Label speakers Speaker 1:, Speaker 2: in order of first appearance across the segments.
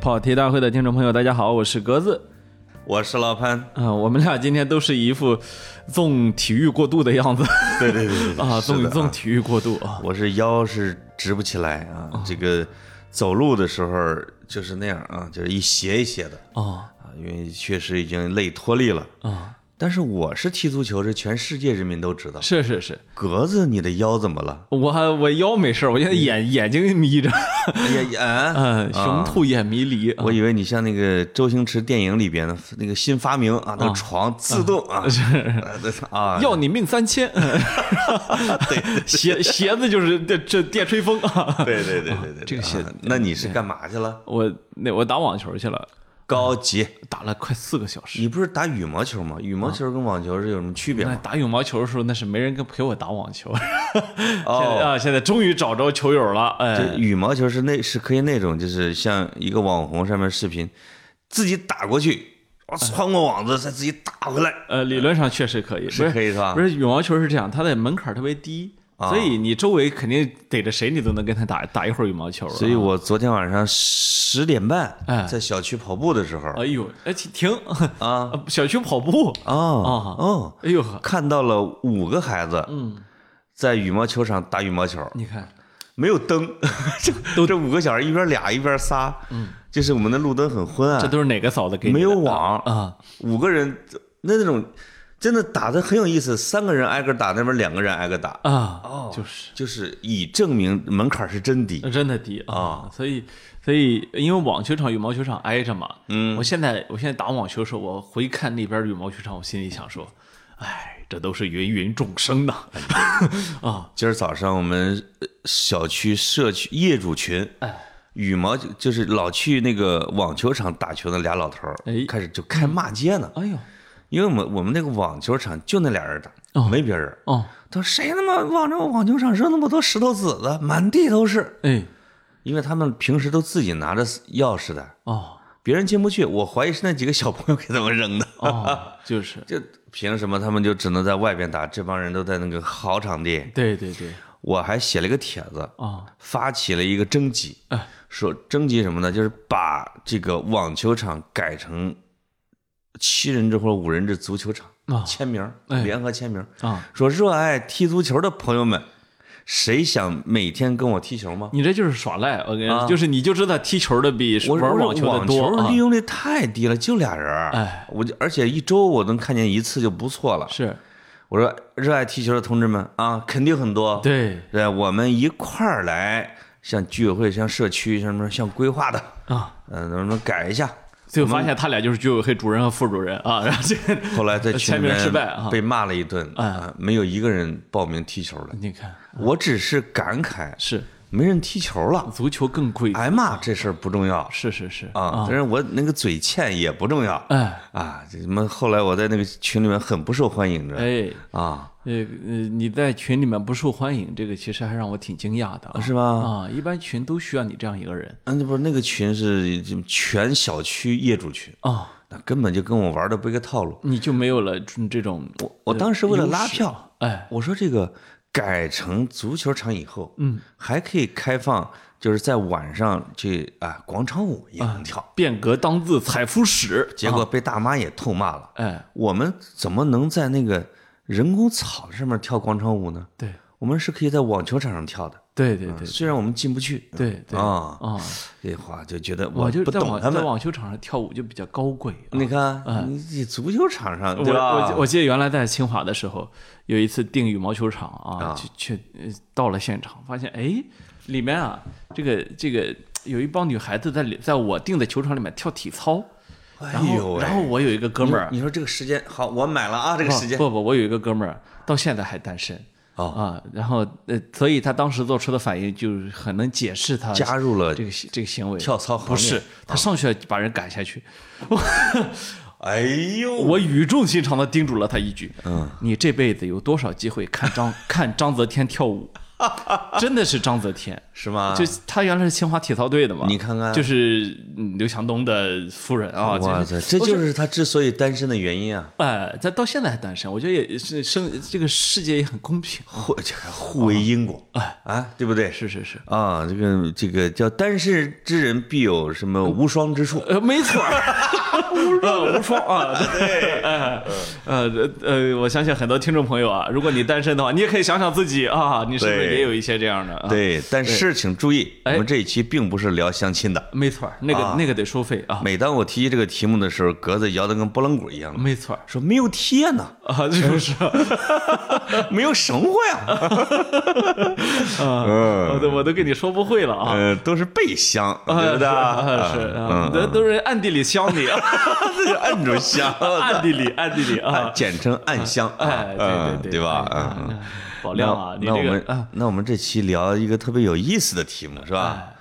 Speaker 1: 跑题大会的听众朋友，大家好，我是格子。
Speaker 2: 我是老潘，
Speaker 1: 啊、我们俩今天都是一副纵体育过度的样子
Speaker 2: 对对对对
Speaker 1: 啊，
Speaker 2: 是
Speaker 1: 纵
Speaker 2: 的
Speaker 1: 纵
Speaker 2: 啊
Speaker 1: 体育过度啊。
Speaker 2: 我是腰是直不起来啊，这个走路的时候就是那样啊，就是一斜一斜的
Speaker 1: 哦
Speaker 2: 啊，因为确实已经累脱力了。
Speaker 1: 啊，
Speaker 2: 但是我是踢足球，这全世界人民都知道。
Speaker 1: 是是是，
Speaker 2: 格子，你的腰怎么了？
Speaker 1: 我还我腰没事儿，我现在眼眼睛眯着，
Speaker 2: 哎 呀，啊
Speaker 1: 嗯，雄兔眼迷离啊
Speaker 2: 我以为你像那个周星驰电影里边的那个新发明啊，那个床自动啊，啊，
Speaker 1: 要你命三 千，对，鞋鞋子就是这这电吹风啊。
Speaker 2: 对对对对 对，
Speaker 1: 这个
Speaker 2: 啊
Speaker 1: 是
Speaker 2: 那你是干嘛去了？
Speaker 1: 我那我打网球去了，
Speaker 2: 高级，
Speaker 1: 打了快四个小时。
Speaker 2: 你不是打羽毛球吗？羽毛
Speaker 1: 啊
Speaker 2: 球跟网球是有什么区别
Speaker 1: 那
Speaker 2: 吗？
Speaker 1: 打羽毛球的时候，那是没人跟陪我打网球。
Speaker 2: 哦
Speaker 1: 现在啊，现在终于找着球友了，
Speaker 2: 就
Speaker 1: 哎，
Speaker 2: 羽毛球是那是可以那种，就是像一个网红上面视频，自己打过去，啊穿过网子再自己打回来，
Speaker 1: 呃，理论上确实可以，不
Speaker 2: 是可以啊是吧
Speaker 1: 不？是羽毛球是这样，它的门槛特别低，所以你周围肯定逮着谁，你都能跟他打打一会儿羽毛球啊。
Speaker 2: 所以我昨天晚上十点半
Speaker 1: 哎
Speaker 2: 在小区跑步的时候
Speaker 1: 哎呦，哎停停
Speaker 2: 啊，
Speaker 1: 呃 小区跑步，
Speaker 2: 哦哦，
Speaker 1: 哎呦，
Speaker 2: 看到了五个孩子，嗯，在羽毛球场打羽毛球，
Speaker 1: 你看，
Speaker 2: 没有灯， 这都这五个小孩一边俩一边仨，嗯，就是我们的路灯很昏暗，
Speaker 1: 这都是哪个嫂子给你的
Speaker 2: 没有网
Speaker 1: 啊？
Speaker 2: 五个人那那种真的打的很有意思，三个人挨个打，那边两个人挨个打，
Speaker 1: 啊，
Speaker 2: 哦
Speaker 1: 就是
Speaker 2: 就是以证明门槛是真低
Speaker 1: 那真的低啊，
Speaker 2: 哦
Speaker 1: 所以所以因为网球场、羽毛球场挨着嘛，嗯，我现在我现在打网球的时候，我回看那边羽毛球场，我心里想说，哎，这都是芸芸众生呐，
Speaker 2: 哎
Speaker 1: 啊，
Speaker 2: 今儿早上我们呃小区社区业主群，
Speaker 1: 哎
Speaker 2: 羽毛球就是老去那个网球场打球的俩老头儿
Speaker 1: 哎，
Speaker 2: 开始就开骂街呢，
Speaker 1: 哎呦，
Speaker 2: 因为我们我们那个网球场就那俩人打，没别人。
Speaker 1: 哦，
Speaker 2: 他说谁他妈往这网球场扔那么多石头子子，满地都是，
Speaker 1: 哎，
Speaker 2: 因为他们平时都自己拿着钥匙的，
Speaker 1: 哦，
Speaker 2: 别人进不去，我怀疑是那几个小朋友给他们扔的。
Speaker 1: 哦，就是，
Speaker 2: 就凭什么他们就只能在外边打？这帮人都在那个好场地。
Speaker 1: 对对对，
Speaker 2: 我还写了一个帖子，
Speaker 1: 啊，
Speaker 2: 发起了一个征集
Speaker 1: 哎，
Speaker 2: 说征集什么呢？就是把这个网球场改成七人制或者五人制足球场
Speaker 1: 啊，
Speaker 2: 签名儿，
Speaker 1: 哎
Speaker 2: 联合签名儿，
Speaker 1: 啊，
Speaker 2: 说热爱踢足球的朋友们，谁想每天跟我踢球吗？
Speaker 1: 你这就是耍赖，我跟你说，就是你就知道踢球的比
Speaker 2: 我
Speaker 1: 玩
Speaker 2: 网
Speaker 1: 网球的多
Speaker 2: 网
Speaker 1: 啊
Speaker 2: 利，用率太低了，就俩人儿。
Speaker 1: 哎，
Speaker 2: 我就而且一周我能看见一次就不错了。
Speaker 1: 是
Speaker 2: 我说热爱踢球的同志们啊，肯定很多。
Speaker 1: 对
Speaker 2: 对，我们一块儿来，像居委会、像社区、像什么、像规划的，
Speaker 1: 啊，
Speaker 2: 嗯、能不能改一下？
Speaker 1: 最后发现他俩就是居委会主任和副主任啊，然后这个，
Speaker 2: 后来在群
Speaker 1: 签
Speaker 2: 里
Speaker 1: 名失败啊哎
Speaker 2: 面被骂了一顿，啊，没有一个人报名踢球的。
Speaker 1: 你看
Speaker 2: 我只是感慨，
Speaker 1: 是。
Speaker 2: 没人踢球了，
Speaker 1: 足球更贵，
Speaker 2: 挨骂这事儿不重要
Speaker 1: 是是是，
Speaker 2: 啊，但是我那个嘴欠也不重要
Speaker 1: 哎
Speaker 2: 啊。这什么？后来我在那个群里面很不受欢迎着
Speaker 1: 哎，
Speaker 2: 啊，
Speaker 1: 呃呃，你在群里面不受欢迎，这个其实还让我挺惊讶的啊，
Speaker 2: 是吧？
Speaker 1: 啊，一般群都需要你这样一个人
Speaker 2: 嗯，不是那个群是全小区业主群，
Speaker 1: 啊，
Speaker 2: 那根本就跟我玩的不一个套路。
Speaker 1: 你就没有了这这种，
Speaker 2: 我当时为了拉票，
Speaker 1: 哎，
Speaker 2: 我说这个改成足球场以后，嗯，还可以开放，就是在晚上去啊广场舞也能跳。
Speaker 1: 变革当自采夫史，
Speaker 2: 结果被大妈也痛骂了。
Speaker 1: 哎，
Speaker 2: 我们怎么能在那个人工草上面跳广场舞呢？
Speaker 1: 对
Speaker 2: 我们是可以在网球场上跳的，
Speaker 1: 对对对
Speaker 2: 虽然我们进不去。
Speaker 1: 对对
Speaker 2: 啊，
Speaker 1: 啊，
Speaker 2: 这话就觉得
Speaker 1: 我就
Speaker 2: 不
Speaker 1: 在
Speaker 2: 懂
Speaker 1: 网
Speaker 2: 他
Speaker 1: 在
Speaker 2: 们。
Speaker 1: 网球场上跳舞就比较高贵啊，
Speaker 2: 你看，你你足球场上
Speaker 1: 我
Speaker 2: 嗯对吧？
Speaker 1: 我我记得原来在清华的时候，有一次订羽毛球场啊，去去呃到了现场，发现哎，里面啊，这个这个有一帮女孩子在里，在我订的球场里面跳体操，然
Speaker 2: 哎呦
Speaker 1: 后
Speaker 2: 喂，
Speaker 1: 然后我有一个哥们儿，
Speaker 2: 你说这个时间好，我买了啊，这个时间
Speaker 1: 不不，我有一个哥们儿到现在还单身。
Speaker 2: 哦
Speaker 1: 啊，然后呃，所以他当时做出的反应就是很能解释他
Speaker 2: 加入了
Speaker 1: 这。个行这个行为
Speaker 2: 呃跳操行啊
Speaker 1: 不是
Speaker 2: 列
Speaker 1: 他上去把人赶下去，
Speaker 2: 哎呦，
Speaker 1: 我语重心长的叮嘱了他一句：“嗯，你这辈子有多少机会看张看章泽天跳舞？ 真的是张泽天，
Speaker 2: 是吗？
Speaker 1: 就他原来是清华体操队的嘛，
Speaker 2: 啊你看看
Speaker 1: 就是嗯刘强东的夫人啊，
Speaker 2: 哇塞，这就是他之所以单身的原因啊！
Speaker 1: 哎，他到现在还单身，我觉得也是生这个世界也很公平，
Speaker 2: 互这还互为因果
Speaker 1: 哎
Speaker 2: 啊啊，对不对？
Speaker 1: 是是是，
Speaker 2: 啊，这个这个叫单身之人必有什么无双之处，
Speaker 1: 呃，没错 儿，无双无双啊，
Speaker 2: 对嗯
Speaker 1: 哎，呃呃，我相信很多听众朋友啊，如果你单身的话，你也可以想想自己啊，你是不是
Speaker 2: 对
Speaker 1: 也有一些这样的？啊，
Speaker 2: 对。但是请注意，我
Speaker 1: 哎
Speaker 2: 们这一期并不是聊相亲的。
Speaker 1: 没错儿，那个
Speaker 2: 啊
Speaker 1: 那个得收费啊，
Speaker 2: 每当我提起这个题目的时候，格子摇得跟拨浪鼓一样的，
Speaker 1: 没错儿
Speaker 2: 说没嗯有贴呢，
Speaker 1: 啊，是不是？
Speaker 2: 没有生活呀，
Speaker 1: 我都我都跟你说不会了啊。
Speaker 2: 呃，嗯都是背香，
Speaker 1: 啊
Speaker 2: 对不对？
Speaker 1: 啊是
Speaker 2: 嗯
Speaker 1: 啊，都都是暗地里香你，啊
Speaker 2: 是暗中香，
Speaker 1: 暗地里暗地里
Speaker 2: 啊，
Speaker 1: 啊，
Speaker 2: 简称 暗香，
Speaker 1: 哎，对
Speaker 2: 嗯
Speaker 1: 对
Speaker 2: 对吧？
Speaker 1: 哎呀
Speaker 2: 嗯。
Speaker 1: 宝亮啊，你
Speaker 2: 那我
Speaker 1: 这
Speaker 2: 们
Speaker 1: 个啊，
Speaker 2: 那我们这期聊一个特别有意思的题目是吧？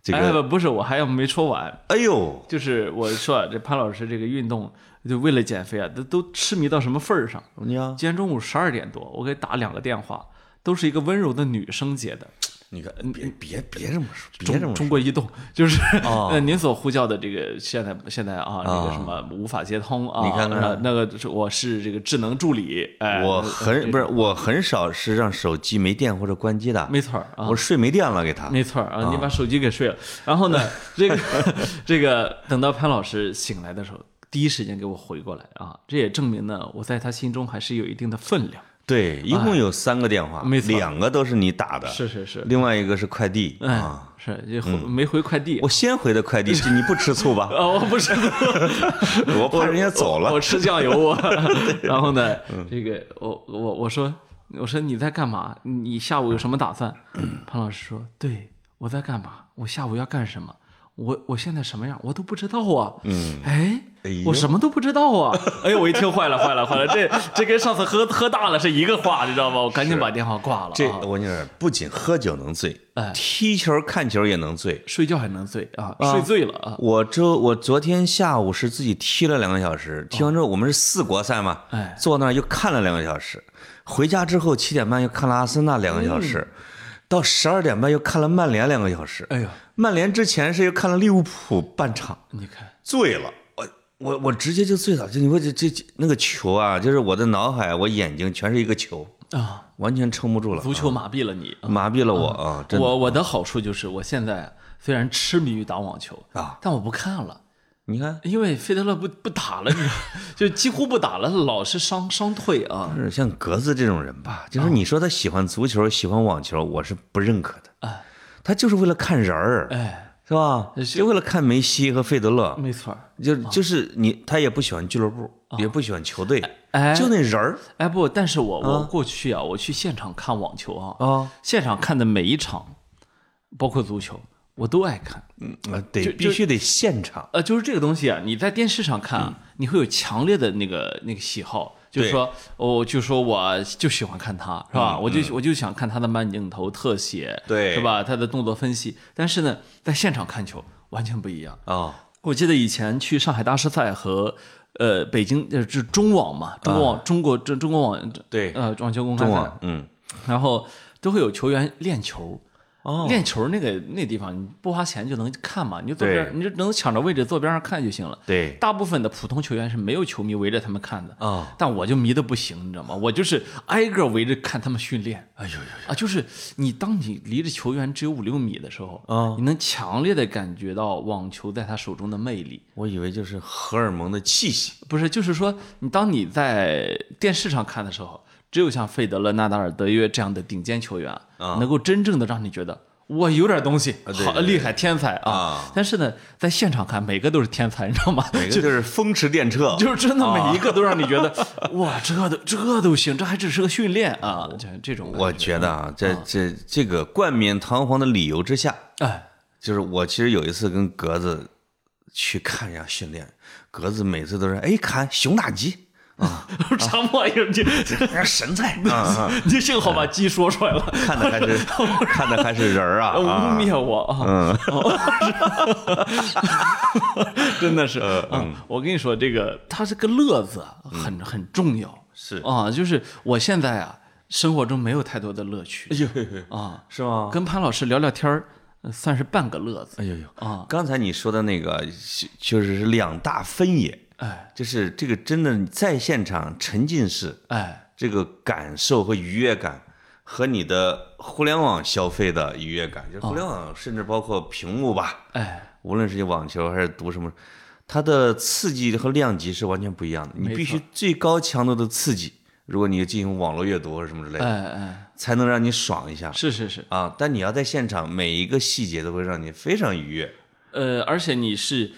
Speaker 2: 这
Speaker 1: 哎
Speaker 2: 个
Speaker 1: 不不是，我还要没说完，
Speaker 2: 哎呦，
Speaker 1: 就是我说啊这潘老师这个运动，就为了减肥啊，都都痴迷到什么份儿上？
Speaker 2: 你看，
Speaker 1: 今天中午十二点多，我给打两个电话，都是一个温柔的女生接的，
Speaker 2: 你看，别别别这么说，别这
Speaker 1: 嗯中
Speaker 2: 么说，哦
Speaker 1: 中国移动就是 呃您所呼叫的这个现在现在啊那个什么无法接通啊，
Speaker 2: 你看看
Speaker 1: 那那个是我是这个智能助理，哎，
Speaker 2: 我很不是我很少是让手机没电或者关机的，
Speaker 1: 没错儿啊
Speaker 2: 我。睡没电了给他，
Speaker 1: 没错儿啊，你把手机给睡了，然 后呢，这个这个等到潘老师醒来的时候，第一时间给我回过来啊，这也证明呢，我在他心中还是有一定的分量。
Speaker 2: 对，一共有三个电话，
Speaker 1: 哎没错
Speaker 2: 两个都是你打的，
Speaker 1: 是是嗯是，
Speaker 2: 另外一个是快递
Speaker 1: 哎
Speaker 2: 啊，，
Speaker 1: 是就回没回快递
Speaker 2: 我，先回的 快递，是你不吃醋吧？
Speaker 1: 啊，我不是，
Speaker 2: 我怕人家走了嗯
Speaker 1: 我吃酱 油我。然后呢，这个我我我说我说你在干嘛？你下午有什么打算？
Speaker 2: 嗯
Speaker 1: 潘老师说，对我在干嘛？我下午要干什么？我我现在什么样？我都不知道啊。嗯，哎
Speaker 2: 哎呦。
Speaker 1: 我什么都不知道 啊！哎呦，我一听坏了，坏了，坏了！这这跟上次喝喝大了是一个话，你知道吗？我赶紧把电话挂了、啊。
Speaker 2: 这我跟你说，不仅喝酒能醉
Speaker 1: 哎，
Speaker 2: 踢球看球也能醉。
Speaker 1: 睡觉还能醉啊？睡醉了啊？
Speaker 2: 我周我昨天下午是自己踢了两个小时，踢完之后我们是四国赛嘛
Speaker 1: 哦哎，
Speaker 2: 坐那儿又看了两个小时，回家之后七点半又看了阿森纳两个小时，到十二点半又看了曼联两个小时。
Speaker 1: 嗯哎呦，
Speaker 2: 曼联之前是又看了利物浦半场，
Speaker 1: 你看，
Speaker 2: 醉了。我我我直接就醉了，就你说这这这那个球啊，就是我的脑海我眼睛全是一个球，
Speaker 1: 啊，
Speaker 2: 完全撑不住了，
Speaker 1: 足球麻痹了你。啊
Speaker 2: 麻痹了我啊！真的
Speaker 1: 我我的好处就是，我现在虽然痴迷于打网球
Speaker 2: 啊，
Speaker 1: 但我不看了，
Speaker 2: 你看，
Speaker 1: 因为费德勒不不打了，你知道 就几乎不打了，老是伤伤退啊。
Speaker 2: 是像格子这种人吧，就是你说他喜欢足球、喜欢网球，我是不认可的。
Speaker 1: 哎
Speaker 2: 他就是为了看人儿，
Speaker 1: 哎，嗯
Speaker 2: 是吧？就为了看梅西和费德勒，
Speaker 1: 没错儿。
Speaker 2: 就就是你，他也不喜欢俱乐部，也不喜欢球队，
Speaker 1: 啊哎
Speaker 2: 就那人儿
Speaker 1: 哎不，但是我我过去啊，我去现场看网球啊，
Speaker 2: 啊，
Speaker 1: 现场看的每一场，包括足球，我都爱看。
Speaker 2: 嗯得必须得现场。
Speaker 1: 呃，就是这个东西啊，你在电视上看啊，你会有强烈的那个那个喜好，就是
Speaker 2: 嗯对嗯
Speaker 1: 说，我、就说我就喜欢看他，是吧？我就我就想看他的慢镜头特写，
Speaker 2: 对
Speaker 1: 是吧？他的动作分析，但是呢，在现场看球完全不一样。
Speaker 2: 啊，
Speaker 1: 我记得以前去上海大师赛和呃北京呃就是中网嘛，中国网、中国中中国网
Speaker 2: 啊对
Speaker 1: 呃网球公开
Speaker 2: 中
Speaker 1: 赛
Speaker 2: 网，，嗯，
Speaker 1: 然后都会有球员练球。
Speaker 2: 哦
Speaker 1: 练球那个那地方，你不花钱就能看嘛，你就坐
Speaker 2: 对
Speaker 1: 边儿，你就能抢着位置坐边上看就行了。
Speaker 2: 对
Speaker 1: 大部分的普通球员是没有球迷围着他们看的
Speaker 2: 哦
Speaker 1: 但我就迷得不行，你知道吗？我就是挨个围着看他们训练。哎呦呦啊，就是你当你离着球员只有五六米的时候，
Speaker 2: 哦
Speaker 1: 你能强烈的感觉到网球在他手中的魅力。
Speaker 2: 我以为就是荷尔蒙的气息。
Speaker 1: 不是，就是说，你当你在电视上看的时候，只有像费德勒、纳达尔、德约这样的顶尖球员，啊能够真正的让你觉得我有点东西，
Speaker 2: 啊对
Speaker 1: 好
Speaker 2: 对
Speaker 1: 厉害，天才
Speaker 2: 啊
Speaker 1: 啊！但是呢，在现场看，每个都是天才，你知道吗？
Speaker 2: 每个就是风驰电 掣，
Speaker 1: 就是真的每一个都让你觉得， 哇，这都这都行，这还只是个训练啊！这这种
Speaker 2: 我觉得啊，在这这个冠冕堂皇的理由之下，
Speaker 1: 哎，
Speaker 2: 就是我其实有一次跟格子去看人家训练，格子每次都是哎砍熊大吉，
Speaker 1: 啥玩意儿？你
Speaker 2: 哎神菜 啊，
Speaker 1: 你幸好把鸡说出来了，
Speaker 2: 看的还是看的还是人儿啊
Speaker 1: 污
Speaker 2: 啊，
Speaker 1: 蔑我啊！ 真的是，嗯，我跟你说，这个它这个乐子啊很很重要，
Speaker 2: 嗯是
Speaker 1: 啊，就是我现在啊，生活中没有太多的乐趣
Speaker 2: 哎呦嘿嘿，
Speaker 1: 啊。
Speaker 2: 是吗？
Speaker 1: 跟潘老师聊聊天儿，呃算是半个乐子
Speaker 2: 哎呦呦，
Speaker 1: 啊。
Speaker 2: 刚才你说的那个就就是两大分野，
Speaker 1: 哎
Speaker 2: 就是这个真的在现场沉浸式，
Speaker 1: 哎，
Speaker 2: 这个感受和愉悦感和你的互联网消费的愉悦感，
Speaker 1: 哦
Speaker 2: 就是互联网甚至包括屏幕吧，
Speaker 1: 哎，
Speaker 2: 无论是你网球还是读什么，它的刺激和量级是完全不一样的。你
Speaker 1: 没
Speaker 2: 必须
Speaker 1: 错
Speaker 2: 最高强度的刺激，如果你进行网络阅读或者什么之类
Speaker 1: 哎
Speaker 2: 的，
Speaker 1: 哎，
Speaker 2: 才能让你爽一下
Speaker 1: 是是是，
Speaker 2: 啊。但你要在现场，每一个细节都会让你非常愉悦。
Speaker 1: 呃，而且你是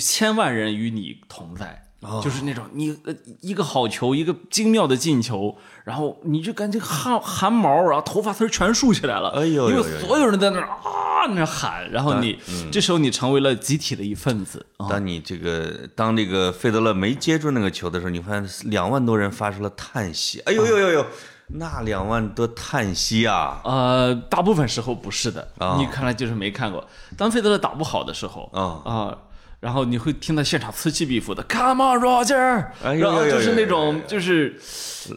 Speaker 1: 千万人与你同在。
Speaker 2: 哦
Speaker 1: 就是那种你呃一个好球，一个精妙的进球，然后你就感觉汗汗毛，然后头发丝儿全竖起来了，
Speaker 2: 哎呦
Speaker 1: 因为
Speaker 2: 呦嗯呦呦
Speaker 1: 所有人在那儿啊那喊，然后你这时候你成为了集体的一份子啊，
Speaker 2: 当你这个当这个费德勒没接住那个球的时候，你发现两万多人发出了叹息，哎呦呦呦呦，那两万多叹息啊！
Speaker 1: 呃，大部分时候不是的，
Speaker 2: 啊
Speaker 1: 你看来就是没看过。当费德勒打不好的时候，
Speaker 2: 啊
Speaker 1: 然后你会听到现场此起彼伏的 “Come on, Roger”，
Speaker 2: 哎呦
Speaker 1: 然后
Speaker 2: 呦呦
Speaker 1: 就是
Speaker 2: 呦
Speaker 1: 那
Speaker 2: 呦
Speaker 1: 种就是，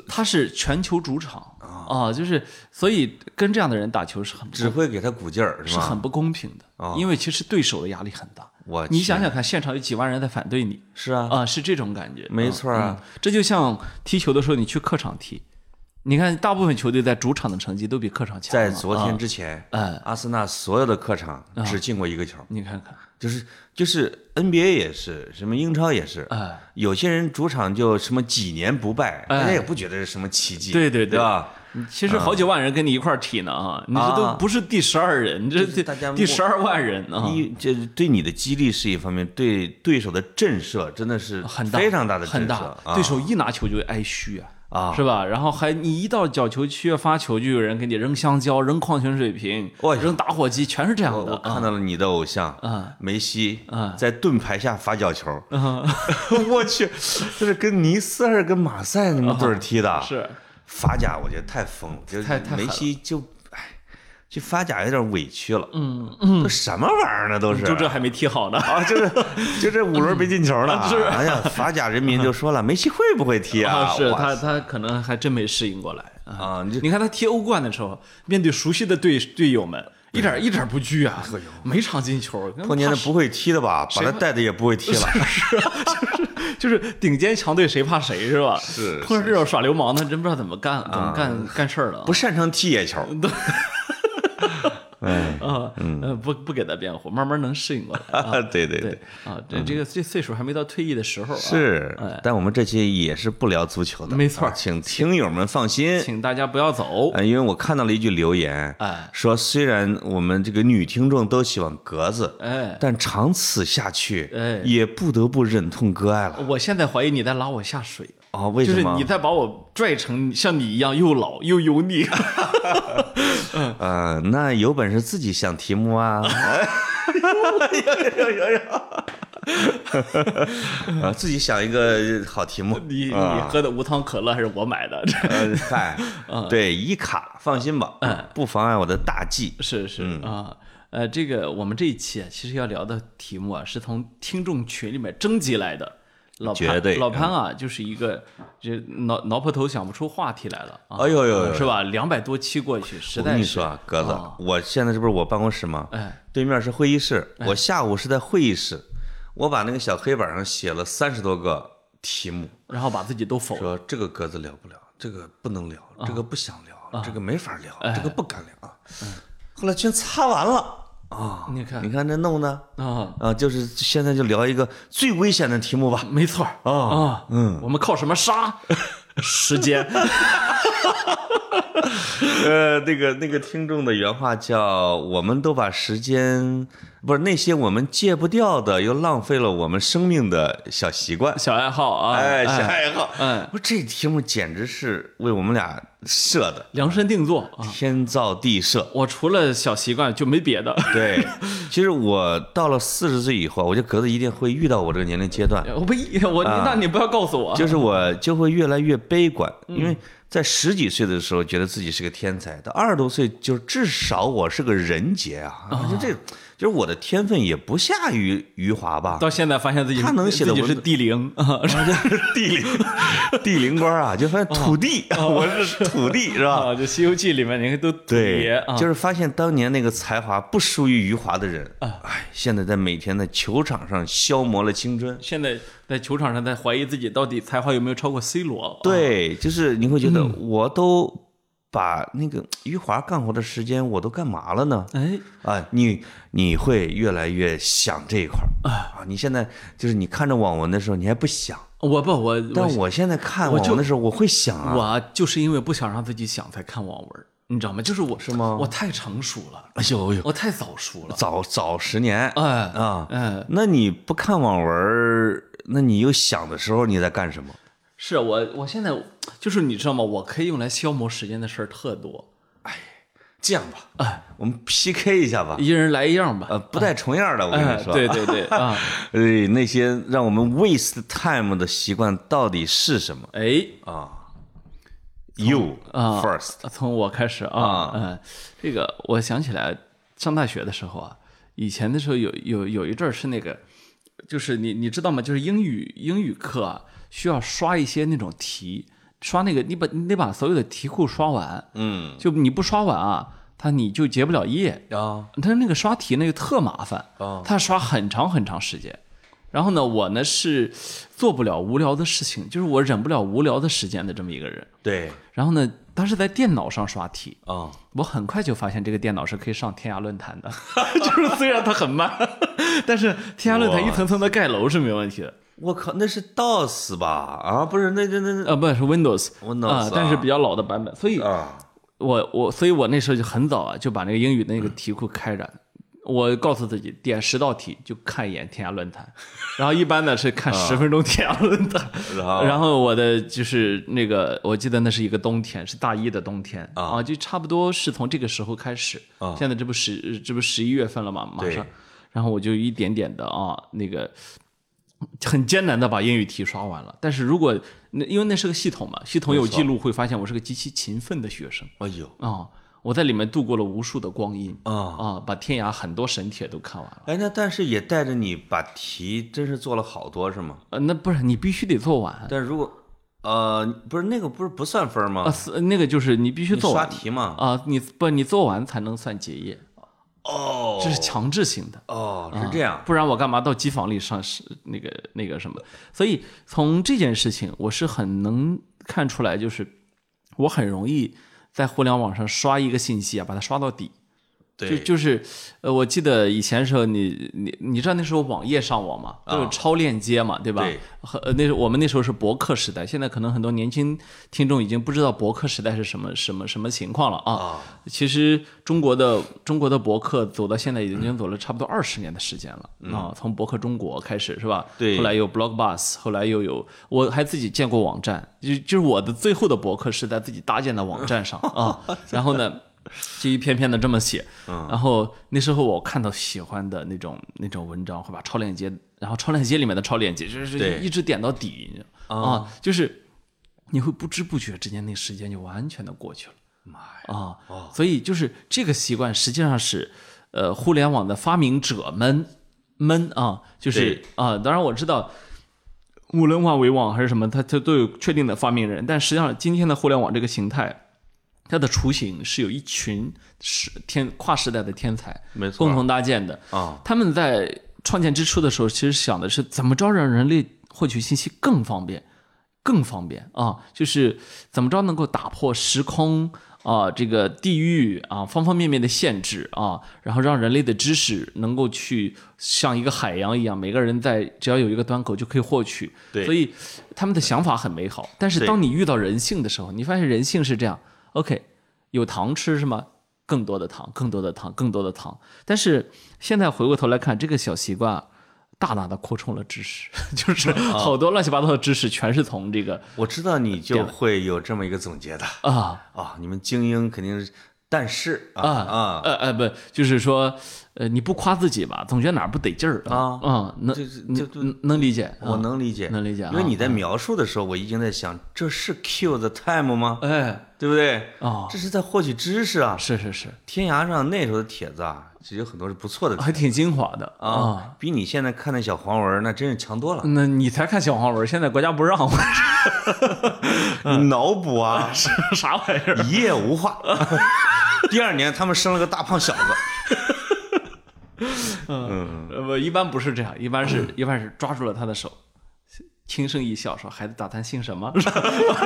Speaker 1: 他是全球主场啊，就是所以跟这样的人打球是很不
Speaker 2: 只会给他鼓劲儿，
Speaker 1: 是
Speaker 2: 是吧？
Speaker 1: 很不公平
Speaker 2: 啊
Speaker 1: 的，因为其实对手的压力很大。
Speaker 2: 我
Speaker 1: 你
Speaker 2: 去
Speaker 1: 想想看，现场有几万人在反对你
Speaker 2: 是啊，
Speaker 1: 啊，是这种感觉，
Speaker 2: 没错啊
Speaker 1: 嗯，这就像踢球的时候，你去客场踢。你看，大部分球队在主场的成绩都比客场强嘛。
Speaker 2: 在昨
Speaker 1: 啊
Speaker 2: 天之前，
Speaker 1: 哎
Speaker 2: 阿森纳所有的客场
Speaker 1: 嗯
Speaker 2: 只进过一个球，
Speaker 1: 你看看，
Speaker 2: 就是就是 NBA 也是，什么英超也是，
Speaker 1: 哎
Speaker 2: 有些人主场就什么几年不败，大家也不觉得是什么奇迹，
Speaker 1: 对对
Speaker 2: 对，
Speaker 1: 对
Speaker 2: 吧？
Speaker 1: 其实好几万人跟你一块儿踢呢啊，你这都
Speaker 2: 啊
Speaker 1: 不是第十二人，这
Speaker 2: 就是大家
Speaker 1: 第十二万人啊，
Speaker 2: 一这对你的激励是一方面，对对手的震慑真的是
Speaker 1: 很大
Speaker 2: 非常大的震
Speaker 1: 很
Speaker 2: 慑
Speaker 1: 大，
Speaker 2: 啊
Speaker 1: 对手一拿球就挨嘘啊。
Speaker 2: 啊！
Speaker 1: 是吧？然后还你一到角球区发球，就有人给你扔香蕉、扔矿泉水瓶、
Speaker 2: 哎呀
Speaker 1: 扔打火机，全是这样
Speaker 2: 我
Speaker 1: 的
Speaker 2: 我
Speaker 1: 啊！
Speaker 2: 看到了你的偶像
Speaker 1: 啊
Speaker 2: 梅西
Speaker 1: 啊
Speaker 2: 在盾牌下罚角球， 我去，这是跟尼斯还是跟马赛你们队儿踢的？
Speaker 1: 啊是
Speaker 2: 法甲，我觉得太疯了，就是
Speaker 1: 太太狠
Speaker 2: 梅
Speaker 1: 了
Speaker 2: 西就哎，这法甲有点委屈了，嗯嗯，这什么玩意儿呢？都是
Speaker 1: 就这还没踢好呢。
Speaker 2: 啊，就是就这五轮没进球
Speaker 1: 嗯
Speaker 2: 呢，是哎呀，法甲人民 就说了，梅西会不会踢啊？
Speaker 1: 是
Speaker 2: 哇
Speaker 1: 他，他可能还真没适应过来啊。
Speaker 2: 啊， 你就
Speaker 1: 你看他踢欧冠的时候，面对熟悉的队队友们，一点一点不惧啊，
Speaker 2: 哎
Speaker 1: 每场进球。
Speaker 2: 碰见那不会踢的吧，把他带的也不会踢了，
Speaker 1: 就是顶尖强队谁怕谁是吧？
Speaker 2: 是
Speaker 1: 碰上这种耍流氓的，真不知道怎么干，怎么干干事儿了啊。
Speaker 2: 不擅长踢野球，
Speaker 1: 啊，
Speaker 2: 嗯
Speaker 1: 呃，不不给他辩护，慢慢能适应过来
Speaker 2: 对对对。
Speaker 1: 啊。这这个这岁数还没到退役的时候啊。，
Speaker 2: 嗯是，但我们这期也是不聊足球的，
Speaker 1: 没错
Speaker 2: 啊请听友们放心。
Speaker 1: 请大家不要走。
Speaker 2: 呃，因为我看到了一句留言，
Speaker 1: 哎
Speaker 2: 说虽然我们这个女听众都喜欢格子，
Speaker 1: 哎，
Speaker 2: 但长此下去，
Speaker 1: 哎
Speaker 2: 也不得不忍痛割爱了。
Speaker 1: 我现在怀疑你在拉我下水，
Speaker 2: 哦，为
Speaker 1: 就
Speaker 2: 什
Speaker 1: 是
Speaker 2: 么？
Speaker 1: 你在把我拽成像你一样又老又油腻。
Speaker 2: 呃，那有本事自己想题目啊！ 啊，自己想一个好题目。
Speaker 1: 你你
Speaker 2: 啊
Speaker 1: 喝的无糖可乐还是我买的？
Speaker 2: 呃，嗨，
Speaker 1: 嗯
Speaker 2: 对，一卡，放心吧，不妨碍我的大计。
Speaker 1: 是是
Speaker 2: 嗯
Speaker 1: 啊。呃，这个我们这一期啊，其实要聊的题目啊，是从听众群里面征集来的。老
Speaker 2: 绝
Speaker 1: 潘
Speaker 2: 对嗯
Speaker 1: 老潘啊，就是一个这挠挠破头想不出话题来了啊。
Speaker 2: 哎呦呦呦
Speaker 1: 是吧？两百多期过去，实
Speaker 2: 我跟
Speaker 1: 在
Speaker 2: 你
Speaker 1: 是哦
Speaker 2: 说啊，格子，我现在这不是我办公室吗？
Speaker 1: 哎，
Speaker 2: 对面是会议室，
Speaker 1: 嗯
Speaker 2: 我下午是在会议室，我把那个小黑板上写了三十多个题目，
Speaker 1: 然后把自己都否了。
Speaker 2: 说这个格子聊不了，这个不能聊，这个不想聊，这个没法聊，这个不敢聊。后来全擦完了啊！
Speaker 1: 你看
Speaker 2: 嗯你看这弄的
Speaker 1: 啊，
Speaker 2: 啊，就是现在就聊一个最危险的题目吧。
Speaker 1: 没错儿
Speaker 2: 哦
Speaker 1: 啊，嗯，我们靠什么杀？时间
Speaker 2: 呃，那个那个听众的原话叫：“我们都把时间，不是那些我们戒不掉的，又浪费了我们生命的小习惯。”
Speaker 1: 小爱好啊，
Speaker 2: 哎，小爱好，
Speaker 1: 哎，
Speaker 2: 我说这题目简直是为我们俩设的，
Speaker 1: 量身定做啊。
Speaker 2: 天造地设。
Speaker 1: 我除了小习惯就没别的。
Speaker 2: 对，其实我到了四十岁以后，我觉得格子一定会遇到我这个年龄阶段，啊
Speaker 1: 我不，我、那你不要告诉我，
Speaker 2: 就是我就会越来越悲观，因为在十几岁的时候觉得自己是个天才，到二十多岁就至少我是个人杰啊，就这就是我的天分也不下于余华吧。
Speaker 1: 到现在发现自己
Speaker 2: 啊他能写的
Speaker 1: 自己
Speaker 2: 文
Speaker 1: 是
Speaker 2: 字
Speaker 1: 地 灵啊，
Speaker 2: 然后就是地灵地灵官啊，就发现土地，我是土地是吧？
Speaker 1: 啊，这《西游记》里面你看都特别
Speaker 2: 对
Speaker 1: 啊，，
Speaker 2: 就是发现当年那个才华不输于余华的人，哎，现在在每天的球场上消磨了青春。
Speaker 1: 现在在球场上在怀疑自己到底才华有没有超过 C 罗。啊，嗯
Speaker 2: 对，就是你会觉得我都把那个余华干活的时间我都干嘛了呢？
Speaker 1: 哎，
Speaker 2: 啊，你你会越来越想这一块儿
Speaker 1: 哎
Speaker 2: 啊！你现在就是你看着网文的时候，你还不想，
Speaker 1: 我不我
Speaker 2: 但
Speaker 1: 我
Speaker 2: 我现在看
Speaker 1: 我
Speaker 2: 网
Speaker 1: 就
Speaker 2: 文的时候，我会想啊。
Speaker 1: 我就是因为不想让自己想才看网文儿，你知道吗？就是我是
Speaker 2: 吗
Speaker 1: 我太成熟了，
Speaker 2: 哎呦哎呦，
Speaker 1: 我太早熟了。
Speaker 2: 早早十年
Speaker 1: 哎
Speaker 2: 啊！
Speaker 1: 哎，
Speaker 2: 那你不看网文儿，那你又想的时候你在干什么？
Speaker 1: 是我我现在就是你知道吗？我可以用来消磨时间的事儿特多，
Speaker 2: 这样吧，哎，我们 PK 一下吧，
Speaker 1: 一人来一样吧。
Speaker 2: 呃，不带重样的，我跟
Speaker 1: 哎
Speaker 2: 你，说，
Speaker 1: 对对对啊，
Speaker 2: 呃，那些让我们 waste time 的习惯到底是什么
Speaker 1: 哎，
Speaker 2: 啊？You
Speaker 1: 啊
Speaker 2: first，
Speaker 1: 从我开始啊
Speaker 2: 啊，
Speaker 1: 嗯，这个我想起来，上大学的时候啊，以前的时候有有有一阵儿是那个，就是你你知道吗？就是英语英语课啊，需要刷一些那种题，刷那个你把你得把所有的题库刷完，
Speaker 2: 嗯
Speaker 1: 就你不刷完啊，他你就结不了业。
Speaker 2: 啊
Speaker 1: 他那个刷题那个特麻烦，
Speaker 2: 哦
Speaker 1: 他刷很长很长时间。然后呢，我呢是做不了无聊的事情，就是我忍不了无聊的时间的这么一个人。
Speaker 2: 对
Speaker 1: 然后呢，当时在电脑上刷题，
Speaker 2: 啊，
Speaker 1: 我很快就发现这个电脑是可以上天涯论坛的， 就是虽然它很慢， 但是天涯论坛一层层的盖楼是没问题的。
Speaker 2: 我靠，那是 DOS 吧？啊，不是，那那那
Speaker 1: 呃，不是 Windows，
Speaker 2: Windows
Speaker 1: 啊、
Speaker 2: 啊
Speaker 1: 但是比较老的版本，所以
Speaker 2: 那啊，
Speaker 1: 我我所以我那时候就很早啊，就把那个英语的那个题库开着。我告诉自己点十道题就看一眼天涯论坛，然后一般呢是
Speaker 2: 啊
Speaker 1: 看十分钟天涯论坛，
Speaker 2: 然后
Speaker 1: 然后我的就是那个，我记得那是一个冬天，是大一的冬天
Speaker 2: 啊
Speaker 1: 就差不多是从这个时候开始。
Speaker 2: 啊
Speaker 1: 现在这不十这不十一月份了嘛，马
Speaker 2: 对
Speaker 1: 上，然后我就一点点的啊，那个很艰难的把英语题刷完了。但是如果那因为那是个系统嘛，系统有记录会发现我是个极其勤奋的学生
Speaker 2: 哎呦
Speaker 1: 啊，我在里面度过了无数的光阴
Speaker 2: 啊。
Speaker 1: 啊，把天涯很多神帖都看完了。
Speaker 2: 哎，那但是也带着你把题真是做了好多是吗？
Speaker 1: 呃，那不是你必须得做完
Speaker 2: 但如果呃，不是那个不是不算分
Speaker 1: 啊，
Speaker 2: 吗？
Speaker 1: 是那个就是你必须
Speaker 2: 你
Speaker 1: 做
Speaker 2: 刷
Speaker 1: 完。
Speaker 2: 题嘛？
Speaker 1: 啊，你不，你做完才能算结业，
Speaker 2: 哦
Speaker 1: 这是啊强制性的，
Speaker 2: 哦，是这样
Speaker 1: 不然我干嘛到机房里上是那个那个什么？所以从这件事情，我是很能看出来，就是我很容易在互联网上刷一个信息啊，把它刷到底。就
Speaker 2: 对
Speaker 1: 就是，呃，我记得以前时候你，你你知道那时候网页上网嘛，都是超链接嘛，对吧？
Speaker 2: 对
Speaker 1: 和呃那时候我们那时候是博客时代，现在可能很多年轻听众已经不知道博客时代是什么什么什么情况了啊。其实中国的中国的博客走到现在已经走了差不多二十年的时间了、啊，从博客中国开始是吧？
Speaker 2: 对
Speaker 1: 后来有 Blogbus，后来又有，我还自己建过网站，就就是我的最后的博客是在自己搭建的网站上啊。然后呢，就一篇篇的这么写，
Speaker 2: 嗯
Speaker 1: 然后那时候我看到喜欢的那种那种文章，会把超链接，然后超链接里面的超链接，就是
Speaker 2: 对嗯
Speaker 1: 一直点到底你知道啊，就是你会不知不觉之间，那个时间就完全的过去了。啊，
Speaker 2: 哦
Speaker 1: 所以就是这个习惯实际上是，呃，互联网的发明者们们啊，就是
Speaker 2: 对
Speaker 1: 啊，当然我知道。无论万维网还是什么，它它都有确定的发明人，但实际上今天的互联网这个形态，它的雏形是有一群是天跨时代的天才
Speaker 2: 没错
Speaker 1: 共同搭建的。
Speaker 2: 啊，
Speaker 1: 他们在创建之初的时候，其实想的是怎么着让人类获取信息更方便，更方便啊，就是怎么着能够打破时空啊、这个地域啊方方面面的限制啊，然后让人类的知识能够去像一个海洋一样，每个人在只要有一个端口就可以获取。
Speaker 2: 对
Speaker 1: 所以他们的想法很美好，但是
Speaker 2: 对
Speaker 1: 当你遇到人性的时候，你发现人性是这样：OK，有糖吃是吗？更多的糖，更多的糖，更多的糖。但是现在回过头来看，这个小习惯啊大大的扩充了知识， 就是
Speaker 2: 啊
Speaker 1: 好多乱七八糟的知识全是从这个
Speaker 2: 我知道你就会有这么一个总结的
Speaker 1: 啊，
Speaker 2: 啊，你们精英肯定是但是啊
Speaker 1: 啊呃呃不，就是说，呃，你不夸自己吧，总觉得哪儿不得劲儿
Speaker 2: 啊
Speaker 1: 啊，能
Speaker 2: 就是
Speaker 1: 能
Speaker 2: 就就
Speaker 1: 能能理解，啊
Speaker 2: 我能理解，
Speaker 1: 能理解啊
Speaker 2: 因为你在描述的时候，我已经在想，这是 Q the time 吗？
Speaker 1: 哎
Speaker 2: 对不对？
Speaker 1: 哦，
Speaker 2: 这是在获取知识啊！
Speaker 1: 是是是，
Speaker 2: 天涯上那时候的帖子啊，其实有很多是不错的帖
Speaker 1: 还挺精华的
Speaker 2: 子
Speaker 1: 啊。嗯
Speaker 2: 啊，比你现在看那小黄文儿那真是强多了。
Speaker 1: 那你才看小黄文，现在国家不让，
Speaker 2: 你脑补啊，
Speaker 1: 啥玩意儿？
Speaker 2: 一夜无话。 第二年他们生了个大胖小子，
Speaker 1: 呃，不，一般不是这样，一般是 一般是抓住了他的手，轻声一笑说：“孩子，打探姓什么？”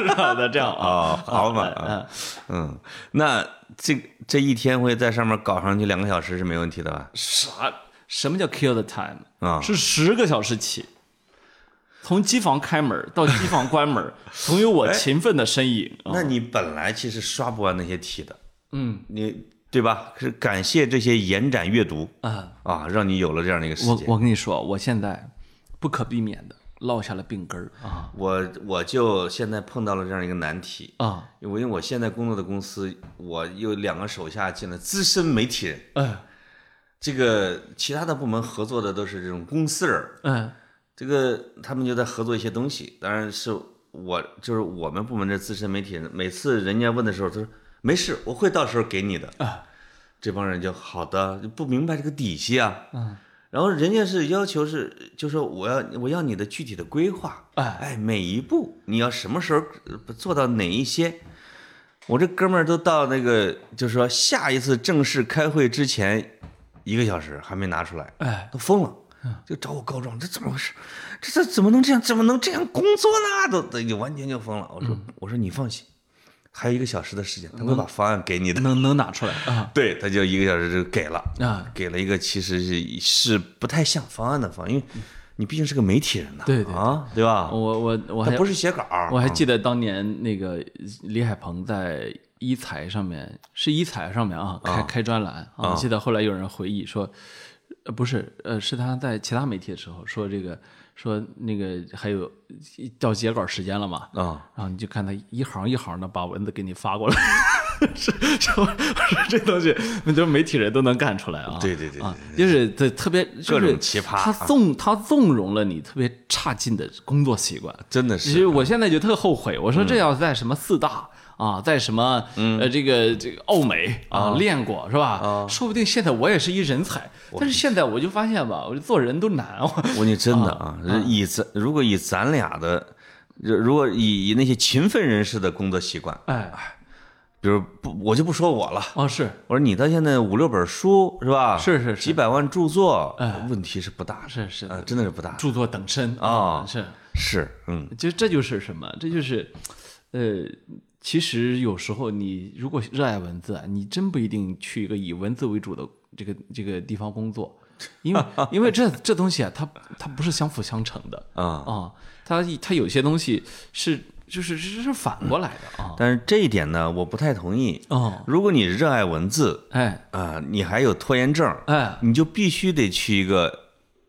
Speaker 1: 然后这样啊，
Speaker 2: 啊，好嘛，啊嗯，那这这一天会在上面搞上去两个小时是没问题的吧？
Speaker 1: 啥？什么叫 kill the time？
Speaker 2: 啊
Speaker 1: 是十个小时起，从机房开门到机房关门， 总有我勤奋的身影。啊
Speaker 2: 那你本来其实刷不完那些题的，
Speaker 1: 嗯
Speaker 2: 你对吧？是感谢这些延展阅读
Speaker 1: 啊，
Speaker 2: 啊，让你有了这样的一个时
Speaker 1: 我
Speaker 2: 间。
Speaker 1: 我跟你说，我现在不可避免的落下了病根儿啊
Speaker 2: 我我就现在碰到了这样一个难题，
Speaker 1: 啊，
Speaker 2: 因为我现在工作的公司，我有两个手下进了资深媒体人，
Speaker 1: 嗯
Speaker 2: 这个其他的部门合作的都是这种公司人儿，
Speaker 1: 嗯
Speaker 2: 这个他们就在合作一些东西。当然是我就是我们部门的资深媒体人，每次人家问的时候，他说没事，我会到时候给你的。
Speaker 1: 啊
Speaker 2: 这帮人就好的就不明白这个底细啊。
Speaker 1: 嗯
Speaker 2: 然后人家是要求是，就说我要我要你的具体的规划，
Speaker 1: 哎
Speaker 2: 哎，每一步你要什么时候呃做到哪一些？我这哥们儿都到那个，就是说下一次正式开会之前一个小时还没拿出来，
Speaker 1: 哎
Speaker 2: 都疯了，就找我告状，这怎么回事？这这怎么能这样？怎么能这样工作呢？都都就完全就疯了。我
Speaker 1: 嗯
Speaker 2: 说我说你放心，还有一个小时的时间，他会把方案给你的。
Speaker 1: 能能拿出来啊
Speaker 2: 对，他就一个小时就给了。
Speaker 1: 啊，
Speaker 2: 给了一个其实是是不太像方案的方案，因为你毕竟是个媒体人呐、
Speaker 1: 嗯对对
Speaker 2: 啊，对吧？
Speaker 1: 我我我
Speaker 2: 他
Speaker 1: 还
Speaker 2: 不是写稿儿，
Speaker 1: 我还记得当年那个李海鹏在一财上面，是一财上面啊，开开专栏啊。我记得后来有人回忆说，呃，不是，呃，是他在其他媒体的时候说这个，说那个还有到截稿时间了嘛，
Speaker 2: 啊，
Speaker 1: 然后你就看他一行一行的把文字给你发过来， 是是吧， 是这东西，那就是媒体人都能干出来啊。
Speaker 2: 对对对对
Speaker 1: 啊，就是对特别
Speaker 2: 各
Speaker 1: 就是
Speaker 2: 种奇葩啊
Speaker 1: 他纵他纵容了你特别差劲的工作习惯。
Speaker 2: 真的
Speaker 1: 其
Speaker 2: 是
Speaker 1: 实我现在就特后悔，我说这要在什么四大。啊，在什么呃这个这个奥美啊练过是吧？说不定现在我也是一人才，但是现在我就发现吧，我就做人都难，我
Speaker 2: 我跟你真的啊，以咱如果以咱俩的，如如果以以那些勤奋人士的工作习惯，
Speaker 1: 哎
Speaker 2: 比如不，我就不说我了。
Speaker 1: 哦是
Speaker 2: 我说你到现在五六本书是吧？
Speaker 1: 是是是哎
Speaker 2: 几百万著作，问题是不大，
Speaker 1: 是是
Speaker 2: 呃，真的是不大，
Speaker 1: 著作等身
Speaker 2: 啊
Speaker 1: 是
Speaker 2: 是嗯，
Speaker 1: 就这就是什么？这就是，呃，其实有时候你如果热爱文字啊，你真不一定去一个以文字为主的这个这个地方工作，因 为因为这这东西啊，它它不是相辅相成的
Speaker 2: 啊
Speaker 1: 啊，它它有些东西是就是是是反过来的啊。
Speaker 2: 但是这一点呢，我不太同意。
Speaker 1: 哦，
Speaker 2: 如果你热爱文字
Speaker 1: 哎
Speaker 2: 啊，你还有拖延症，
Speaker 1: 哎，
Speaker 2: 你就必须得去一个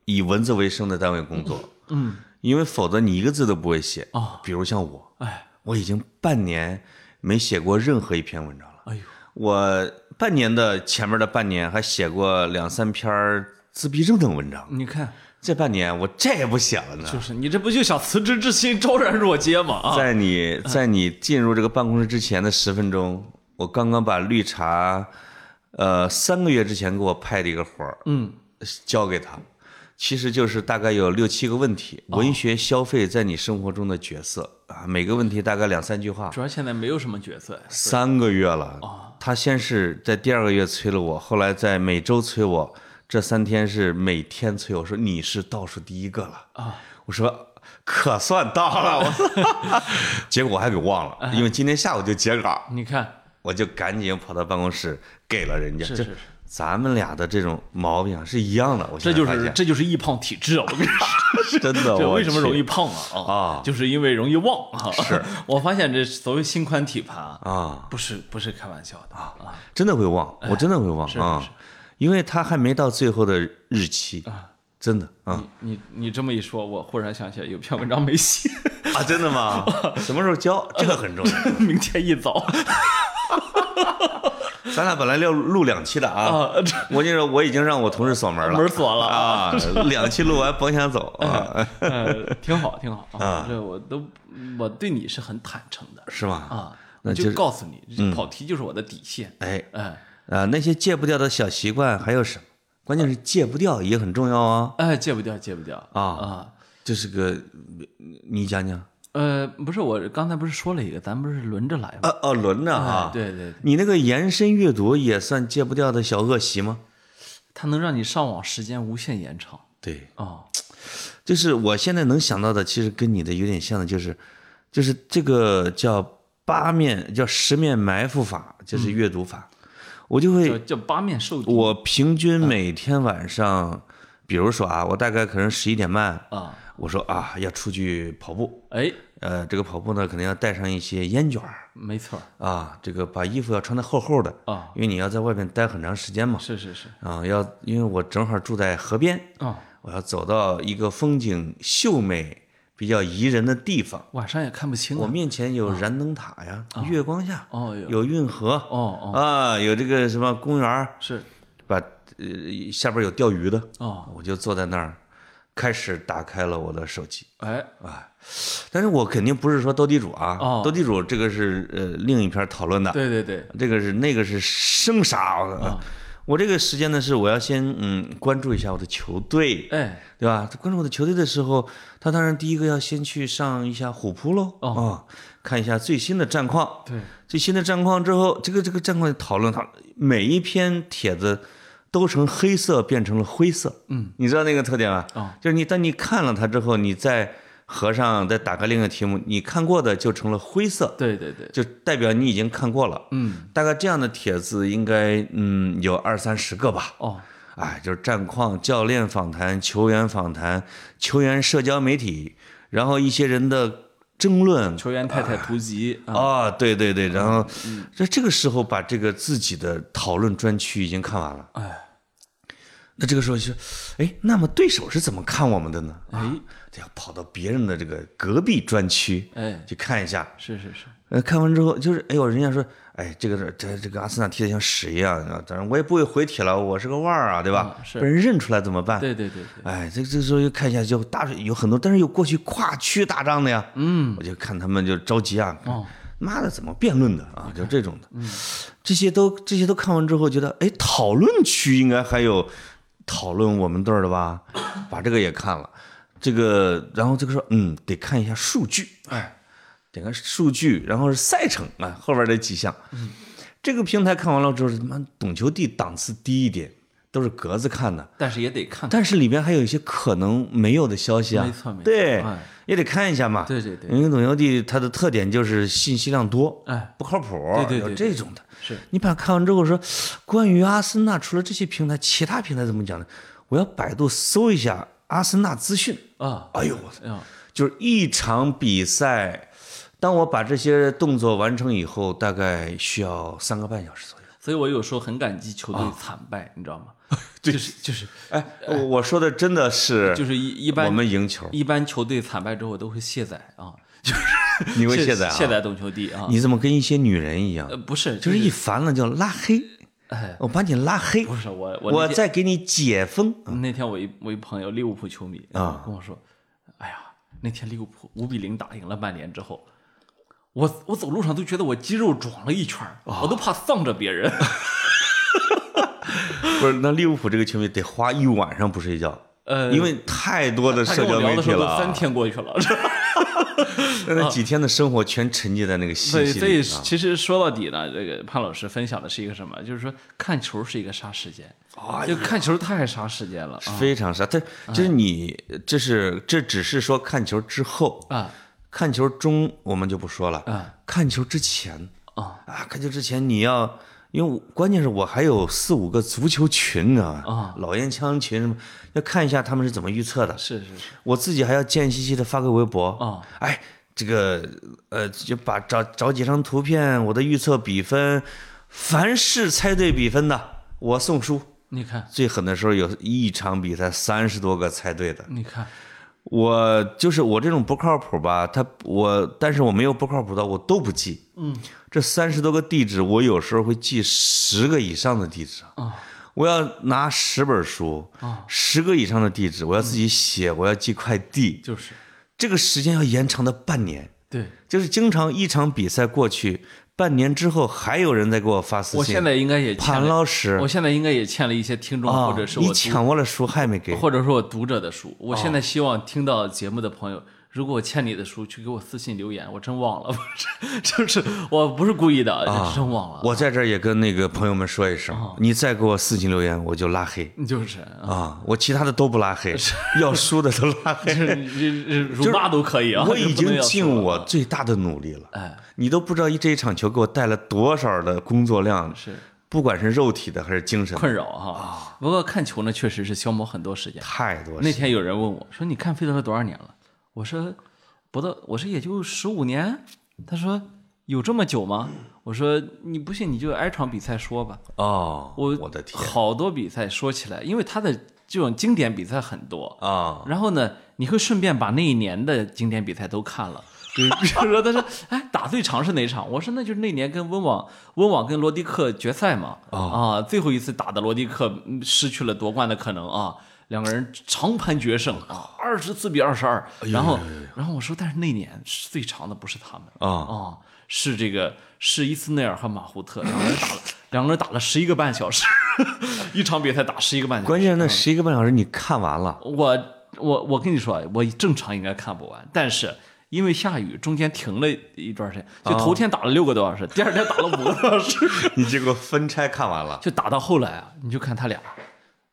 Speaker 2: 以文字为生的单位工作，
Speaker 1: 嗯，
Speaker 2: 因为否则你一个字都不会写
Speaker 1: 哦。
Speaker 2: 比如像我，
Speaker 1: 哎，
Speaker 2: 我已经半年没写过任何一篇文章了。
Speaker 1: 哎呦，
Speaker 2: 我半年的前面的半年还写过两三篇儿自闭症的文章，
Speaker 1: 你看，
Speaker 2: 这半年我再也不写了呢。
Speaker 1: 就是你这不就想辞职之心昭然若揭吗？啊，
Speaker 2: 在你在你进入这个办公室之前的十分钟，我刚刚把绿茶，呃，三个月之前给我派的一个活儿，
Speaker 1: 嗯，
Speaker 2: 交给他，其实就是大概有六七个问题，
Speaker 1: 哦
Speaker 2: 文学消费在你生活中的角色啊，每个问题大概两三句话。
Speaker 1: 主要现在没有什么角色，
Speaker 2: 三个月
Speaker 1: 哦
Speaker 2: 了，他先是在第二个月催了我，后来在每周催我，这三天是每天催我说你是倒数第一个了
Speaker 1: 啊！
Speaker 2: 我说可算到了，我 操结果我还给忘
Speaker 1: 啊
Speaker 2: 了，因为今天下午就截稿，
Speaker 1: 你看，
Speaker 2: 我就赶紧跑到办公室给了人家。
Speaker 1: 是
Speaker 2: 就是
Speaker 1: 是
Speaker 2: 咱们俩的这种毛病啊是一样的，我
Speaker 1: 这
Speaker 2: 现在
Speaker 1: 就
Speaker 2: 发
Speaker 1: 是
Speaker 2: 现
Speaker 1: 这就是易胖体质啊！我跟你说。
Speaker 2: 真的，
Speaker 1: 这
Speaker 2: 我
Speaker 1: 为什么
Speaker 2: 去
Speaker 1: 容易胖啊？
Speaker 2: 啊
Speaker 1: 就是因为容易忘啊。
Speaker 2: 是，
Speaker 1: 我发现这所谓心宽体盘啊，
Speaker 2: 啊？
Speaker 1: 不是不是开玩笑的啊。
Speaker 2: 真的会忘，我真的会忘
Speaker 1: 是哎是
Speaker 2: 啊，因为他还没到最后的日期，真的啊
Speaker 1: 你你你这么一说，我忽然想起来有篇文章没写，
Speaker 2: 啊，真的吗？ 什么时候交？这个很重要。
Speaker 1: 明天一早。
Speaker 2: 咱俩本来要录两期的啊，
Speaker 1: 啊，这
Speaker 2: 我跟你说，我已经让我同事锁门了
Speaker 1: 门锁了嗯啊，
Speaker 2: 啊，两期录完甭想走 啊，
Speaker 1: 呃，挺好，挺好
Speaker 2: 啊
Speaker 1: 这我都我对你是很坦诚的
Speaker 2: 是吗？
Speaker 1: 啊，
Speaker 2: 那
Speaker 1: 我
Speaker 2: 就
Speaker 1: 就是告诉你，这跑题就是我的底线，
Speaker 2: 哎，
Speaker 1: 哎
Speaker 2: 啊，那些戒不掉的小习惯还有什么？关键是戒不掉也很重要啊。
Speaker 1: 哎，戒不掉，戒不掉
Speaker 2: 啊
Speaker 1: 啊，
Speaker 2: 这是个，你讲讲。
Speaker 1: 呃，不是，我刚才不是说了一个，咱不是轮着来吗？
Speaker 2: 呃哦，轮着啊
Speaker 1: 哎。。对对，
Speaker 2: 你那个延伸阅读也算戒不掉的小恶习吗？
Speaker 1: 它能让你上网时间无限延长
Speaker 2: 对，
Speaker 1: 啊，
Speaker 2: 就是我现在能想到的，其实跟你的有点像的，就是，就是这个叫八面叫十面埋伏法，就是阅读法。我就会
Speaker 1: 叫叫八面受敌
Speaker 2: 我平均每天晚上，比如说啊，我大概可能十一点半，
Speaker 1: 啊，
Speaker 2: 我说啊要出去跑步，
Speaker 1: 哎，
Speaker 2: 呃，这个跑步呢肯定要带上一些烟卷儿
Speaker 1: 没错儿
Speaker 2: 啊，这个把衣服要穿的厚厚的，
Speaker 1: 啊，
Speaker 2: 因为你要在外面待很长时间嘛，
Speaker 1: 是是是
Speaker 2: 啊，要因为我正好住在河边，
Speaker 1: 啊，
Speaker 2: 我要走到一个风景秀美、比较宜人的地方，
Speaker 1: 晚上也看不清
Speaker 2: 我
Speaker 1: 啊，
Speaker 2: 面前有燃灯塔呀，月光下
Speaker 1: 哦哟，
Speaker 2: 有运河，
Speaker 1: 哦哦
Speaker 2: 啊，有这个什么公园儿，
Speaker 1: 是
Speaker 2: 把呃下边有钓鱼的，
Speaker 1: 哦，
Speaker 2: 我就坐在那儿，开始打开了我的手机。
Speaker 1: 哎
Speaker 2: 但是我肯定不是说斗地主啊，
Speaker 1: 哦
Speaker 2: 斗地主这个是呃另一篇讨论的，
Speaker 1: 对对啊对，
Speaker 2: 这个是那个是生杀。我靠我这个时间呢是我要先嗯关注一下我的球队，
Speaker 1: 哎
Speaker 2: 对吧？关注我的球队的时候，他当然第一个要先去上一下虎扑喽，啊、看一下最新的战况。
Speaker 1: 哦对，
Speaker 2: 最新的战况之后，这个这个战况讨论它，每一篇帖子都从黑色变成了灰色。
Speaker 1: 嗯，
Speaker 2: 你知道那个特点吗？
Speaker 1: 哦
Speaker 2: 就是你当你看了它之后，你再合上再打开另一个题目，你看过的就成了灰色，
Speaker 1: 对对对，
Speaker 2: 就代表你已经看过了。
Speaker 1: 嗯
Speaker 2: 大概这样的帖子应该嗯有二三十个吧。
Speaker 1: 哦
Speaker 2: 哎，就是战况、教练访谈、球员访谈、球员社交媒体，然后一些人的争论
Speaker 1: 球员太太图集啊，嗯
Speaker 2: 啊、对对对，然后在这个时候把这个自己的讨论专区已经看完了，
Speaker 1: 哎
Speaker 2: 那这个时候就，哎，那么对手是怎么看我们的呢？啊，
Speaker 1: 哎
Speaker 2: 得要跑到别人的这个隔壁专区
Speaker 1: 哎，
Speaker 2: 去看一下，
Speaker 1: 是是是，
Speaker 2: 呃，看完之后就是，哎呦，人家说，哎，这个这这个阿森纳踢得像屎一样，啊当然我也不会回帖了，我是个腕儿啊，对吧？
Speaker 1: 啊是
Speaker 2: 被人认出来怎么办？
Speaker 1: 对对对对，
Speaker 2: 哎，这这时候又看一下，就大有很多，但是有过去跨区打仗的呀。嗯，我就看他们就着急啊，
Speaker 1: 哦
Speaker 2: 妈的怎么辩论的啊，就这种的。嗯，这些都这些都看完之后，觉得哎，讨论区应该还有讨论我们队儿的 吧？把这个也看了，这个然后这个说嗯，得看一下数据，哎，点开数据，然后是赛程啊，后边这几项。嗯，这个平台看完了之后，他妈懂球帝档次低一点，都是格子看的。
Speaker 1: 但是也得看，
Speaker 2: 但是里边还有一些可能没有的消息啊，
Speaker 1: 没错没错
Speaker 2: 对
Speaker 1: 哎，
Speaker 2: 也得看一下嘛。
Speaker 1: 对对对
Speaker 2: 因为董邮弟他的特点就是信息量多，
Speaker 1: 哎
Speaker 2: 不靠谱，
Speaker 1: 对对对
Speaker 2: 有这种的。
Speaker 1: 是
Speaker 2: 你把它看完之后说，关于阿森纳除了这些平台，其他平台怎么讲呢？我要百度搜一下阿森纳资讯。
Speaker 1: 啊
Speaker 2: 哎呦，我操！
Speaker 1: 啊
Speaker 2: 就是一场比赛，当我把这些动作完成以后，大概需要三个半小时左右。
Speaker 1: 所以我有时候很感激球队惨败，你知 道吗？就是就是
Speaker 2: 哎，我我说的真的是，
Speaker 1: 就是一一般
Speaker 2: 我们赢球，
Speaker 1: 一般球队惨败之后我都会卸载啊，就是
Speaker 2: 你会
Speaker 1: 卸
Speaker 2: 卸载啊？
Speaker 1: 卸载懂球帝啊，
Speaker 2: 你怎么跟一些女人一样
Speaker 1: 呃？不是
Speaker 2: 就是一烦了就拉黑，
Speaker 1: 哎
Speaker 2: 我把你拉黑，
Speaker 1: 不是我我
Speaker 2: 我
Speaker 1: 那天
Speaker 2: 再给你解封。
Speaker 1: 那天我一我一朋友利物浦球迷
Speaker 2: 啊
Speaker 1: 跟我说，哎呀那天利物浦五比零打赢了曼联之后。我我走路上都觉得我肌肉壮了一圈儿，
Speaker 2: 哦
Speaker 1: 我都怕丧着别人。
Speaker 2: 不是，那利物浦这个球迷得花一晚上不睡觉，
Speaker 1: 呃，
Speaker 2: 因为太多的
Speaker 1: 他
Speaker 2: 社
Speaker 1: 跟我
Speaker 2: 交
Speaker 1: 聊
Speaker 2: 媒
Speaker 1: 的
Speaker 2: 体
Speaker 1: 时候
Speaker 2: 了
Speaker 1: 都三
Speaker 2: 啊，
Speaker 1: 天啊过去了，
Speaker 2: 那几天的生活全沉浸在那个
Speaker 1: 所
Speaker 2: 信
Speaker 1: 以，
Speaker 2: 息
Speaker 1: 所以
Speaker 2: 里啊。
Speaker 1: 其实说到底呢，这个潘老师分享的是一个什么？就是说看球是一个杀时间，
Speaker 2: 哎
Speaker 1: 就看球太杀时间了啊
Speaker 2: 非常傻，但
Speaker 1: 哎
Speaker 2: 就是你，这是这只是说看球之后，
Speaker 1: 啊
Speaker 2: 看球中我们就不说了，
Speaker 1: 啊
Speaker 2: 看球之前
Speaker 1: 啊
Speaker 2: 啊，看球之前你要，因为我关键是我还有四五个足球群呢，
Speaker 1: 啊
Speaker 2: 老烟枪群什么，要看一下他们是怎么预测的。
Speaker 1: 是是是
Speaker 2: 我自己还要贱兮兮的发个微博
Speaker 1: 啊，
Speaker 2: 哎，这个呃，就把找找几张图片，我的预测比分，凡是猜对比分的，我送书。
Speaker 1: 你看
Speaker 2: 最狠的时候有一场比赛三十多个猜对的，
Speaker 1: 你看，
Speaker 2: 我就是我这种不靠谱吧，他我，但是我没有不靠谱的，我都不记。嗯，这三十多个地址，我有时候会记十个以上的地址啊。我要拿十本书，
Speaker 1: 啊
Speaker 2: 十个以上的地址，我要自己写，我要寄快递，
Speaker 1: 就是
Speaker 2: 这个时间要延长到半年。
Speaker 1: 对。
Speaker 2: 就是经常一场比赛过去，半年之后还有人在给我发私信。
Speaker 1: 我现在应该也欠
Speaker 2: 潘
Speaker 1: 了，
Speaker 2: 老师
Speaker 1: 我现在应该也欠了一些听众
Speaker 2: 啊
Speaker 1: 或者，是我
Speaker 2: 你
Speaker 1: 读
Speaker 2: 抢我的书还没给
Speaker 1: 或者说我读者的书。我现
Speaker 2: 啊
Speaker 1: 在希望听到节目的朋友，如果我欠你的书，去给我私信留言。我真忘了， 不是，就是我不是故意的，真忘了。
Speaker 2: 啊我在这儿也跟那个朋友们说一声，
Speaker 1: 啊
Speaker 2: 你再给我私信留言，我就拉黑
Speaker 1: 就是啊，
Speaker 2: 啊！我其他的都不拉黑， 要输的都拉
Speaker 1: 就
Speaker 2: 黑。
Speaker 1: 是你辱骂都可以啊。
Speaker 2: 我
Speaker 1: 这
Speaker 2: 已
Speaker 1: 不能
Speaker 2: 经
Speaker 1: 要
Speaker 2: 尽
Speaker 1: 说了
Speaker 2: 我最大的努力了，
Speaker 1: 哎，
Speaker 2: 你都不知道一这一场球给我带了多少的工作量，
Speaker 1: 是
Speaker 2: 不管是肉体的还是精神的，
Speaker 1: 困扰
Speaker 2: 啊
Speaker 1: 哈。不过看球呢，确实是消磨很多时间。
Speaker 2: 太多
Speaker 1: 那
Speaker 2: 事。
Speaker 1: 天有人问我说：“你看费德勒多少年了？”我说：“不到，我说也就十五年。”他说：“有这么久吗？”我说：“你不信你就挨场比赛说吧。
Speaker 2: 哦，
Speaker 1: 我”
Speaker 2: 我 的天
Speaker 1: 好多比赛说起来，因为他的这种经典比赛很多，
Speaker 2: 啊！
Speaker 1: 然后呢，你会顺便把那一年的经典比赛都看了。比 如比如说，他说：“哎，打最长是哪场？”我说：“那就是那年跟温网，温网跟罗迪克决赛嘛。啊，最后一次打的罗迪克嗯失去了夺冠的可能啊，两个人长盘决胜啊，二十四比二十二。然后，然后我说，但是那年是最长的不是他们
Speaker 2: 啊
Speaker 1: 啊，是这个是伊斯内尔和马胡特两个人打了两个人打了十一个半小时， 一场比赛打十一个半小时。
Speaker 2: 关键那十一个半小时你看 完了，
Speaker 1: 我我我跟你说，啊我正常应该看不完，但是因为下雨，中间停了一段时间，就
Speaker 2: 哦
Speaker 1: 头天打了六个多小时，第二天打了五个多小时，
Speaker 2: 你结果分拆看完了。
Speaker 1: 就打到后来啊，你就看他俩，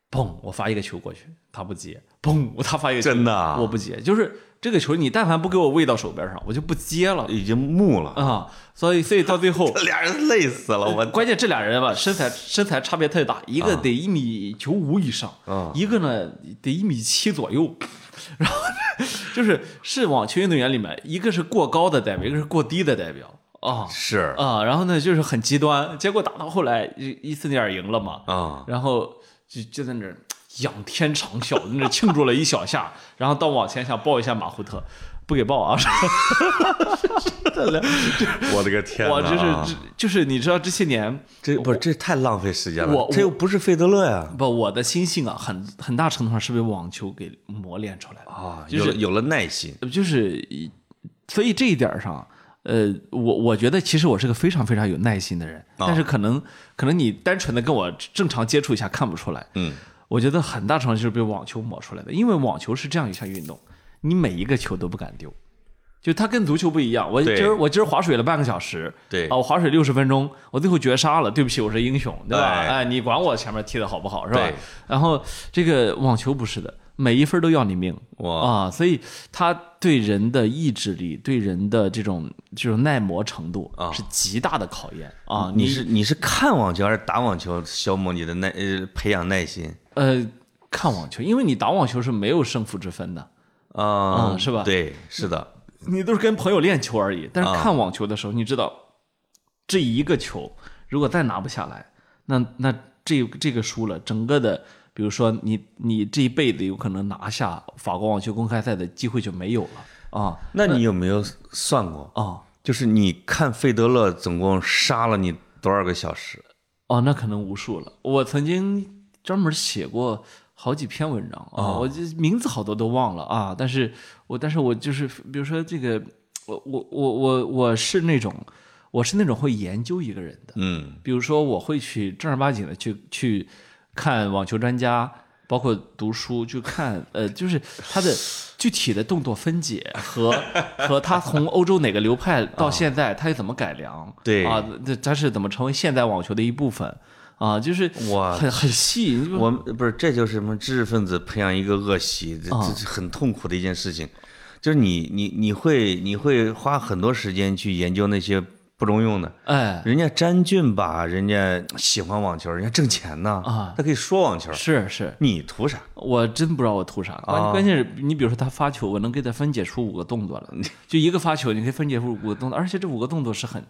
Speaker 1: 砰，我发一个球过去，他不接，砰，他发一个球，
Speaker 2: 真的啊
Speaker 1: 我不接，就是这个球你但凡不给我喂到手边上，我就不接了
Speaker 2: 已经木了，。
Speaker 1: 啊，所以所以到最后
Speaker 2: 俩人累死了，我
Speaker 1: 关键这俩人吧，身材身材差别太大，一个得一米九五以上，
Speaker 2: 啊
Speaker 1: 一个呢得一米七左右。 然后呢，就是是网球运动员里面，一个是过高的代表，一个是过低的代表啊
Speaker 2: 是
Speaker 1: 啊。然后呢，就是很极端，结果打到后来伊伊斯内尔赢了嘛，
Speaker 2: 啊，
Speaker 1: 然后就就在那儿仰天长啸，在那儿庆祝了一小下， 然后到网前想抱一下马胡特，不给抱啊。
Speaker 2: 我的个天
Speaker 1: 我
Speaker 2: 呐！
Speaker 1: 就是
Speaker 2: 啊
Speaker 1: 这就是你知道这些年。
Speaker 2: 这不是这太浪费时间了
Speaker 1: 我，
Speaker 2: 这又不是费德勒呀
Speaker 1: 不，我的心性啊，很很大程度上是被网球给磨练出来的，
Speaker 2: 啊，
Speaker 1: 就
Speaker 2: 有
Speaker 1: 是
Speaker 2: 了有了耐心
Speaker 1: 就是，所以这一点上，呃，我我觉得其实我是个非常非常有耐心的人，
Speaker 2: 啊
Speaker 1: 但是可能可能你单纯的跟我正常接触一下看不出来，
Speaker 2: 嗯，
Speaker 1: 我觉得很大程度就是被网球磨出来的，因为网球是这样一项运动，你每一个球都不敢丢。就它跟足球不一样，我今
Speaker 2: 对
Speaker 1: 儿我今儿划水了半个小时，
Speaker 2: 对
Speaker 1: 啊，我划水六十分钟，我最后绝杀了，对不起，我是英雄，对吧？
Speaker 2: 哎
Speaker 1: 哎，你管我前面踢的好不好是吧
Speaker 2: 对？
Speaker 1: 然后这个网球不是的，每一分都要你命
Speaker 2: 哇
Speaker 1: 啊，所以他对人的意志力、对人的这种这种耐磨程度
Speaker 2: 啊嗯
Speaker 1: 是极大的考验啊。
Speaker 2: 你是你是看网球还是打网球消磨你的耐呃培养耐心
Speaker 1: 呃，看网球，因为你打网球是没有胜负之分的，
Speaker 2: 啊
Speaker 1: 嗯是吧
Speaker 2: 对，是的，
Speaker 1: 你都是跟朋友练球而已。但
Speaker 2: 啊
Speaker 1: 是看网球的时候，你知道这一个球如果再拿不下来，那那这这个输了，整个的，比如说你你这一辈子有可能拿下法国网球公开赛的机会就没有了啊
Speaker 2: 那你有没有算过，哦
Speaker 1: 啊
Speaker 2: 就是你看费德勒总共杀了你多少个小时？
Speaker 1: 哦，那可能无数了。我曾经专门写过好几篇文章啊，我这名字好多都忘了啊，但是我但是我就是比如说这个，我我我我我是那种我是那种会研究一个人的，
Speaker 2: 嗯，
Speaker 1: 比如说我会去正儿八经的去去看网球专家，包括读书去看，呃，就是他的具体的动作分解和和他从欧洲哪个流派到现在，他又怎么改良，
Speaker 2: 对
Speaker 1: 啊，这他是怎么成为现代网球的一部分啊，就是
Speaker 2: 哇
Speaker 1: 很很细，你就
Speaker 2: 我们不是，这就是什么知识分子培养一个恶习，这
Speaker 1: 啊
Speaker 2: 这是很痛苦的一件事情。就是你你你会你会花很多时间去研究那些不中用的。
Speaker 1: 哎
Speaker 2: 人家詹俊吧，人家喜欢网球，人家挣钱呢，
Speaker 1: 啊
Speaker 2: 他可以说网球，
Speaker 1: 是是。
Speaker 2: 你图啥？
Speaker 1: 我真不知道我图啥，
Speaker 2: 哦
Speaker 1: 关关键是你比如说他发球，我能给他分解出五个动作来， 就一个发球，你可以分解出五个动作，而且这五个动作是很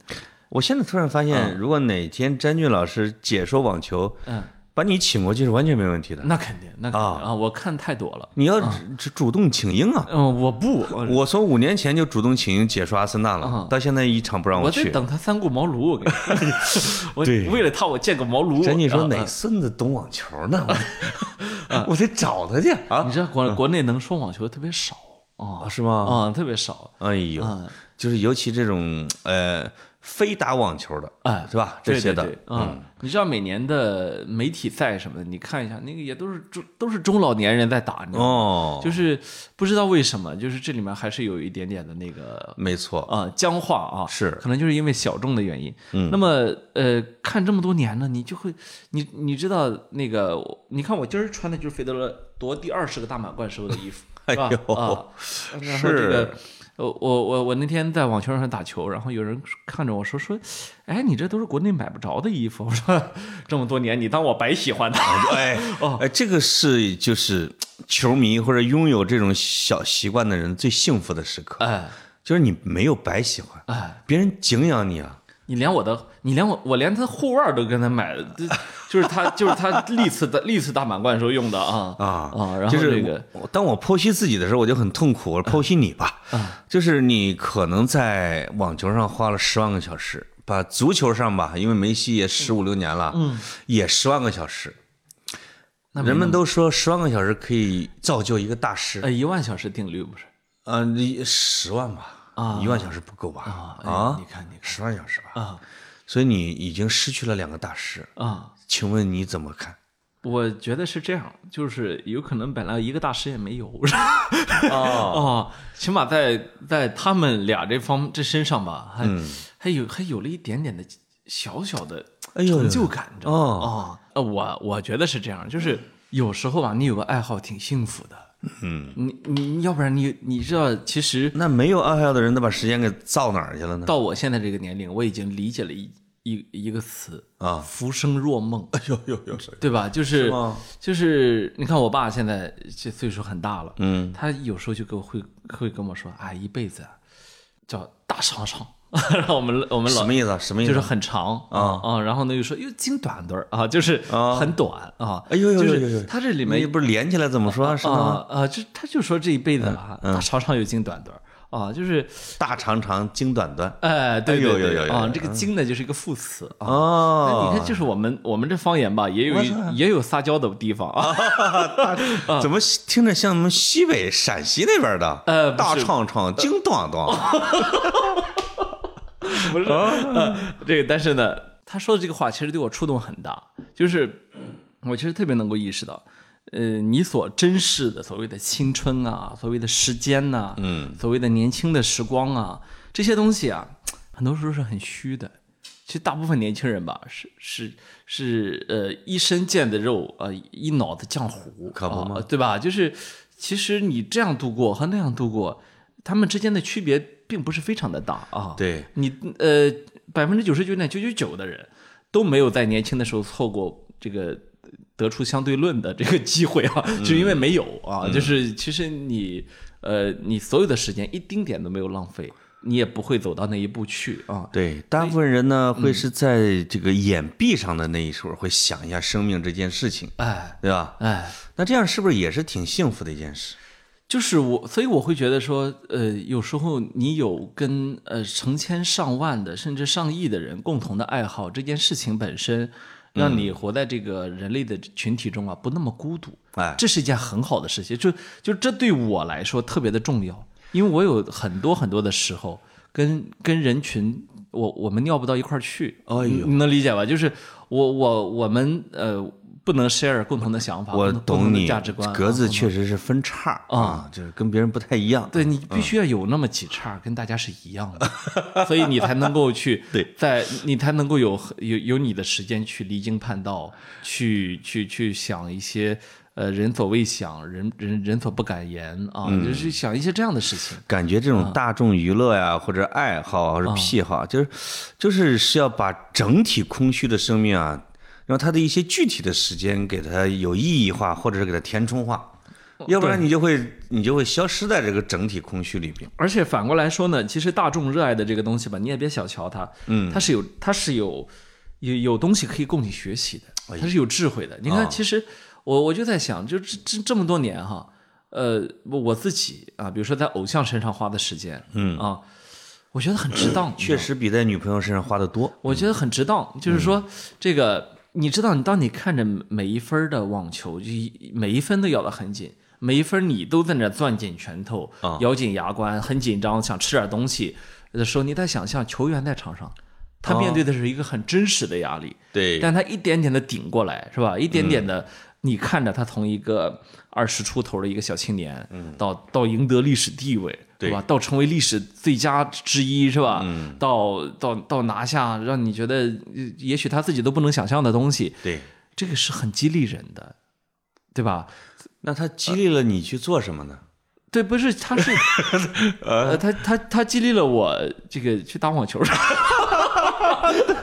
Speaker 2: 我现在突然发现，如果哪天詹俊老师解说网球，
Speaker 1: 嗯，
Speaker 2: 把你请过去是完全没问题的。
Speaker 1: 那肯定，那肯
Speaker 2: 哦
Speaker 1: 定啊，我看太多了。
Speaker 2: 你要主主动请缨啊！
Speaker 1: 嗯，我不，我
Speaker 2: 我从五年前就主动请缨解说阿森纳了
Speaker 1: 啊，
Speaker 2: 到现在一场不让
Speaker 1: 我得
Speaker 2: 去。
Speaker 1: 等他三顾茅庐。我跟你 说我
Speaker 2: 对
Speaker 1: 为了他，我建个茅庐。
Speaker 2: 咱你说
Speaker 1: 啊嗯
Speaker 2: 哪孙子懂网球呢？ 我我得找他去啊
Speaker 1: 你！知道国国内能说网球特别少啊
Speaker 2: 啊，是吗？
Speaker 1: 啊，特别少。
Speaker 2: 哎呦，
Speaker 1: 嗯，
Speaker 2: 就是尤其这种呃非打网球的，
Speaker 1: 哎
Speaker 2: 是吧？这
Speaker 1: 对
Speaker 2: 些
Speaker 1: 对
Speaker 2: 的嗯
Speaker 1: 对，啊，你知道每年的媒体赛什么的，你看一下，那个也都是中都是中老年人在打，你知道吗？
Speaker 2: 哦，
Speaker 1: 就是不知道为什么，就是这里面还是有一点点的那个
Speaker 2: 没错，
Speaker 1: 啊、僵化啊，
Speaker 2: 是
Speaker 1: 可能就是因为小众的原因。嗯，那么呃，看这么多年呢，你就会，你你知道那个，你看我今儿穿的就是费德勒夺第二十个大满贯时候的衣服，是吧？
Speaker 2: 哎呦
Speaker 1: 啊，然后这个。呃我我我那天在网球上打球，然后有人看着我说说，哎，你这都是国内买不着的衣服。我说这么多年，你当我白喜欢它？
Speaker 2: 哎，
Speaker 1: 哦
Speaker 2: 哎，这个是就是球迷或者拥有这种小习惯的人最幸福的时刻，
Speaker 1: 哎
Speaker 2: 就是你没有白喜欢，
Speaker 1: 哎，
Speaker 2: 别人敬仰你啊。
Speaker 1: 你连我的，你连我，我连他护腕都跟他买的，这就是他，就是他历次的历次大满贯时候用的啊
Speaker 2: 啊
Speaker 1: 啊！然后
Speaker 2: 就是
Speaker 1: 这个，哎
Speaker 2: 我当我剖析自己的时候，我就很痛苦。我剖析你吧，
Speaker 1: 嗯
Speaker 2: 就是你可能在网球上花了十万个小时，把足球上吧，因为梅西也十五六年了，嗯，也十万个小时。人们都说十万个小时可以造就一个大师，
Speaker 1: 呃，一万小时定律不是
Speaker 2: 嗯、十万吧，
Speaker 1: 啊
Speaker 2: 一万小时不够吧？
Speaker 1: 哎
Speaker 2: 啊
Speaker 1: 你，看你
Speaker 2: 十万小时吧，
Speaker 1: 啊
Speaker 2: 所以你已经失去了两个大师，
Speaker 1: 啊！
Speaker 2: 请问你怎么看？
Speaker 1: 我觉得是这样，就是有可能本来一个大师也没有， 是吧
Speaker 2: 哦，
Speaker 1: 哦，起码在在他们俩这方这身上吧，还、还有还有了一点点的小小的
Speaker 2: 哎呦
Speaker 1: 成就感，你知道吗？
Speaker 2: 哦，
Speaker 1: 哦，呃我我觉得是这样，就是有时候啊吧，你有个爱好挺幸福的，嗯，你你要不然你你知道，其实
Speaker 2: 那没有爱好的人，他把时间给造哪儿去了呢？
Speaker 1: 到我现在这个年龄，我已经理解了一一一个词
Speaker 2: 啊
Speaker 1: 浮生若梦，
Speaker 2: 有有有谁？
Speaker 1: 对吧？就是
Speaker 2: 吗
Speaker 1: 就是，你看我爸现在这岁数很大了，
Speaker 2: 嗯，
Speaker 1: 他有时候就跟我会会跟我说啊，一辈子啊叫大长长， 然后我们我们老
Speaker 2: 什么意思啊？什么意
Speaker 1: 就
Speaker 2: 思？
Speaker 1: 是很长啊啊，然后呢又说又金短短儿啊，就是很短啊，
Speaker 2: 哎呦呦
Speaker 1: 就
Speaker 2: 呦呦
Speaker 1: 是
Speaker 2: 呦
Speaker 1: 它这里
Speaker 2: 你
Speaker 1: 面
Speaker 2: 们不是连起来怎么嗯说？是吗？
Speaker 1: 啊啊，就他就说这一辈子啊，大长长有金短短儿啊，就是
Speaker 2: 大长长，精短短。
Speaker 1: 哎，对
Speaker 2: 哎呦
Speaker 1: 对
Speaker 2: 呦呦
Speaker 1: 对
Speaker 2: 呦
Speaker 1: 啊
Speaker 2: 呦，
Speaker 1: 这个金呢就是一个副词啊。那
Speaker 2: 哦，
Speaker 1: 你看，就是我们我们这方言吧，也有一也有撒娇的地方啊。
Speaker 2: 怎么听着像我们西北陕西那边的？
Speaker 1: 呃哦不是
Speaker 2: 大长长，精短短。
Speaker 1: 不是，
Speaker 2: 啊
Speaker 1: 呃这个但是呢，他说的这个话其实对我触动很大，就是我其实特别能够意识到，呃，你所珍视的所谓的青春啊，所谓的时间呐、嗯，所谓的年轻的时光啊，这些东西啊，很多时候是很虚的。其实大部分年轻人吧，是是是，呃，一身腱子肉，呃，一脑子浆糊，
Speaker 2: 可不
Speaker 1: 啊对吧？就是其实你这样度过和那样度过，他们之间的区别并不是非常的大啊。
Speaker 2: 对，
Speaker 1: 你呃百分之九十九点九九九的人都没有在年轻的时候错过这个得出相对论的这个机会啊，就因为没有啊，就是其实你呃你所有的时间一丁点都没有浪费，你也不会走到那一步去啊。
Speaker 2: 对，大部分人呢
Speaker 1: 嗯
Speaker 2: 会是在这个眼闭上的那一会儿会想一下生命这件事情，
Speaker 1: 哎
Speaker 2: 对吧？
Speaker 1: 哎，
Speaker 2: 那这样是不是也是挺幸福的一件事？
Speaker 1: 就是我，所以我会觉得说，呃，有时候你有跟呃成千上万的甚至上亿的人共同的爱好，这件事情本身，让你活在这个人类的群体中啊，不那么孤独。
Speaker 2: 哎，
Speaker 1: 这是一件很好的事情，就就这对我来说特别的重要，因为我有很多很多的时候跟跟人群，我我们尿不到一块儿去，
Speaker 2: 哎呦
Speaker 1: 你你能理解吧？就是我我我们呃不能 share 共同的想法，
Speaker 2: 我
Speaker 1: 共同共同
Speaker 2: 懂
Speaker 1: 的
Speaker 2: 你
Speaker 1: 价值观，
Speaker 2: 格子
Speaker 1: 啊
Speaker 2: 确实是分叉啊，就是跟别人不太一样。嗯
Speaker 1: 对你必须要有那么几叉，跟大家是一样的，所以你才能够去
Speaker 2: 对，
Speaker 1: 在你才能够有有有你的时间去离经叛道，去去去想一些呃人所未想，人人人所不敢言啊，
Speaker 2: 嗯
Speaker 1: 就是想一些这样的事情。
Speaker 2: 感觉这
Speaker 1: 啊
Speaker 2: 种大众娱乐呀，或者爱好啊或者癖好，就是就是是要把整体空虚的生命啊，让它的一些具体的时间给它有意义化，或者是给它填充化，
Speaker 1: 哦
Speaker 2: 要不然你就会你就会消失在这个整体空虚里边。
Speaker 1: 而且反过来说呢，其实大众热爱的这个东西吧，你也别小瞧它，嗯，它是有它是有有有东西可以供你学习的。
Speaker 2: 哎
Speaker 1: 他是有智慧的。你
Speaker 2: 啊
Speaker 1: 看，其实我我就在想，就这这这么多年哈，呃，我我自己啊，比如说在偶像身上花的时间，嗯啊，我觉得很值当，
Speaker 2: 确实比在女朋友身上花的多。
Speaker 1: 我觉得很值当。就是说，这个你知道，你当你看着每一分的网球，就一每一分都咬得很紧。每一分你都在那攥紧拳头、咬紧牙关，很紧张，想吃点东西的时候，你在想象球员在场上，他面对的是一个很真实的压力。
Speaker 2: 对嗯
Speaker 1: 但他一点点的顶过来，是吧？一点点的，你看着他从一个二十出头的一个小青年，到到赢得历史地位，
Speaker 2: 嗯对嗯
Speaker 1: 是吧？到成为历史最佳之一，是吧？到到到拿下让你觉得呃也许他自己都不能想象的东西，
Speaker 2: 对，
Speaker 1: 这个是很激励人的，对吧？
Speaker 2: 那他激励了你去做什么呢？
Speaker 1: 对，不是，他 是，呃，他他他激励了我这个去打网球。对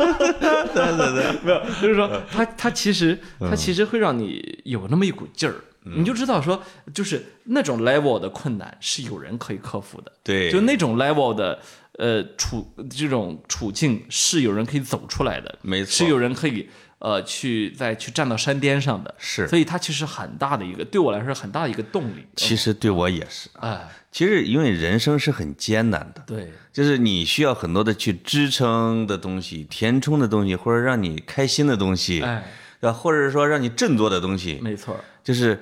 Speaker 1: 对对，没有，就是
Speaker 2: 嗯
Speaker 1: 说他他其实他其实会让你有那么一股劲儿，
Speaker 2: 嗯
Speaker 1: 你就知道说，就是那种 level 的困难是有人可以克服的，
Speaker 2: 对，
Speaker 1: 就那种 level 的呃处这种处境是有人可以走出来的，
Speaker 2: 没错
Speaker 1: 是有人可以呃去再去站到山巅上的，
Speaker 2: 是
Speaker 1: 所以它其实很大的一个对我来说很大的一个动力，
Speaker 2: 其实对我也是。
Speaker 1: 哎，
Speaker 2: 其实因为人生是很艰难的，
Speaker 1: 对。
Speaker 2: 就是你需要很多的去支撑的东西、填充的东西，或者让你开心的东西，
Speaker 1: 哎，
Speaker 2: 啊，或者说让你振作的东西。
Speaker 1: 没错儿，
Speaker 2: 就是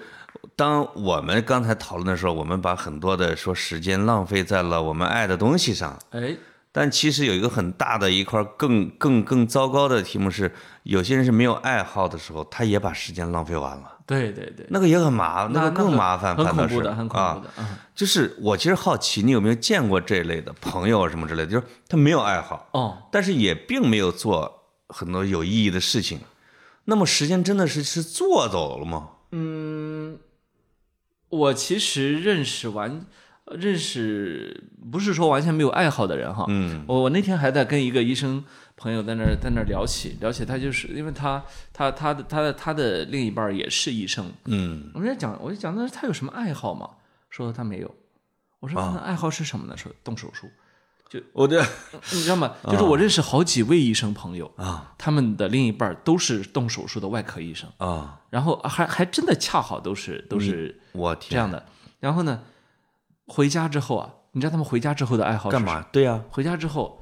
Speaker 2: 当我们刚才讨论的时候，我们把很多的说时间浪费在了我们爱的东西上，
Speaker 1: 哎，
Speaker 2: 但其实有一个很大的一块更更更糟糕的题目是，有些人是没有爱好的时候，他也把时间浪费完了，
Speaker 1: 对对对，
Speaker 2: 那个也很麻，
Speaker 1: 那那
Speaker 2: 个更
Speaker 1: 很
Speaker 2: 麻烦，
Speaker 1: 很
Speaker 2: 反倒
Speaker 1: 恐
Speaker 2: 是
Speaker 1: 怖的，很恐
Speaker 2: 啊
Speaker 1: 怖的，嗯
Speaker 2: 就是我其实好奇，你有没有见过这类的朋友什么之类的，就是他没有爱好，
Speaker 1: 哦，
Speaker 2: 但是也并没有做很多有意义的事情，那么时间真的是是做走了吗？
Speaker 1: 我其实认识完。呃认识不是说完全没有爱好的人哈，嗯，我我那天还在跟一个医生朋友在那儿在那儿聊起聊起，他就是因为他他他的他的他的另一半儿也是医生，
Speaker 2: 嗯，
Speaker 1: 我在讲我就讲那他有什么爱好吗？说他没有，我说
Speaker 2: 啊
Speaker 1: 他的爱好是什么呢？说动手术，
Speaker 2: 我这
Speaker 1: 你知道吗？就是我认识好几位医生朋友
Speaker 2: 啊，
Speaker 1: 他们的另一半儿都是动手术的外科医生，
Speaker 2: 啊，
Speaker 1: 然后还还真的恰好都是都是
Speaker 2: 我
Speaker 1: 这
Speaker 2: 天，
Speaker 1: 样的。然后呢，回家之后啊，你知道他们回家之后的爱好是
Speaker 2: 干
Speaker 1: 什么？
Speaker 2: 嘛？对呀，
Speaker 1: 回家之后，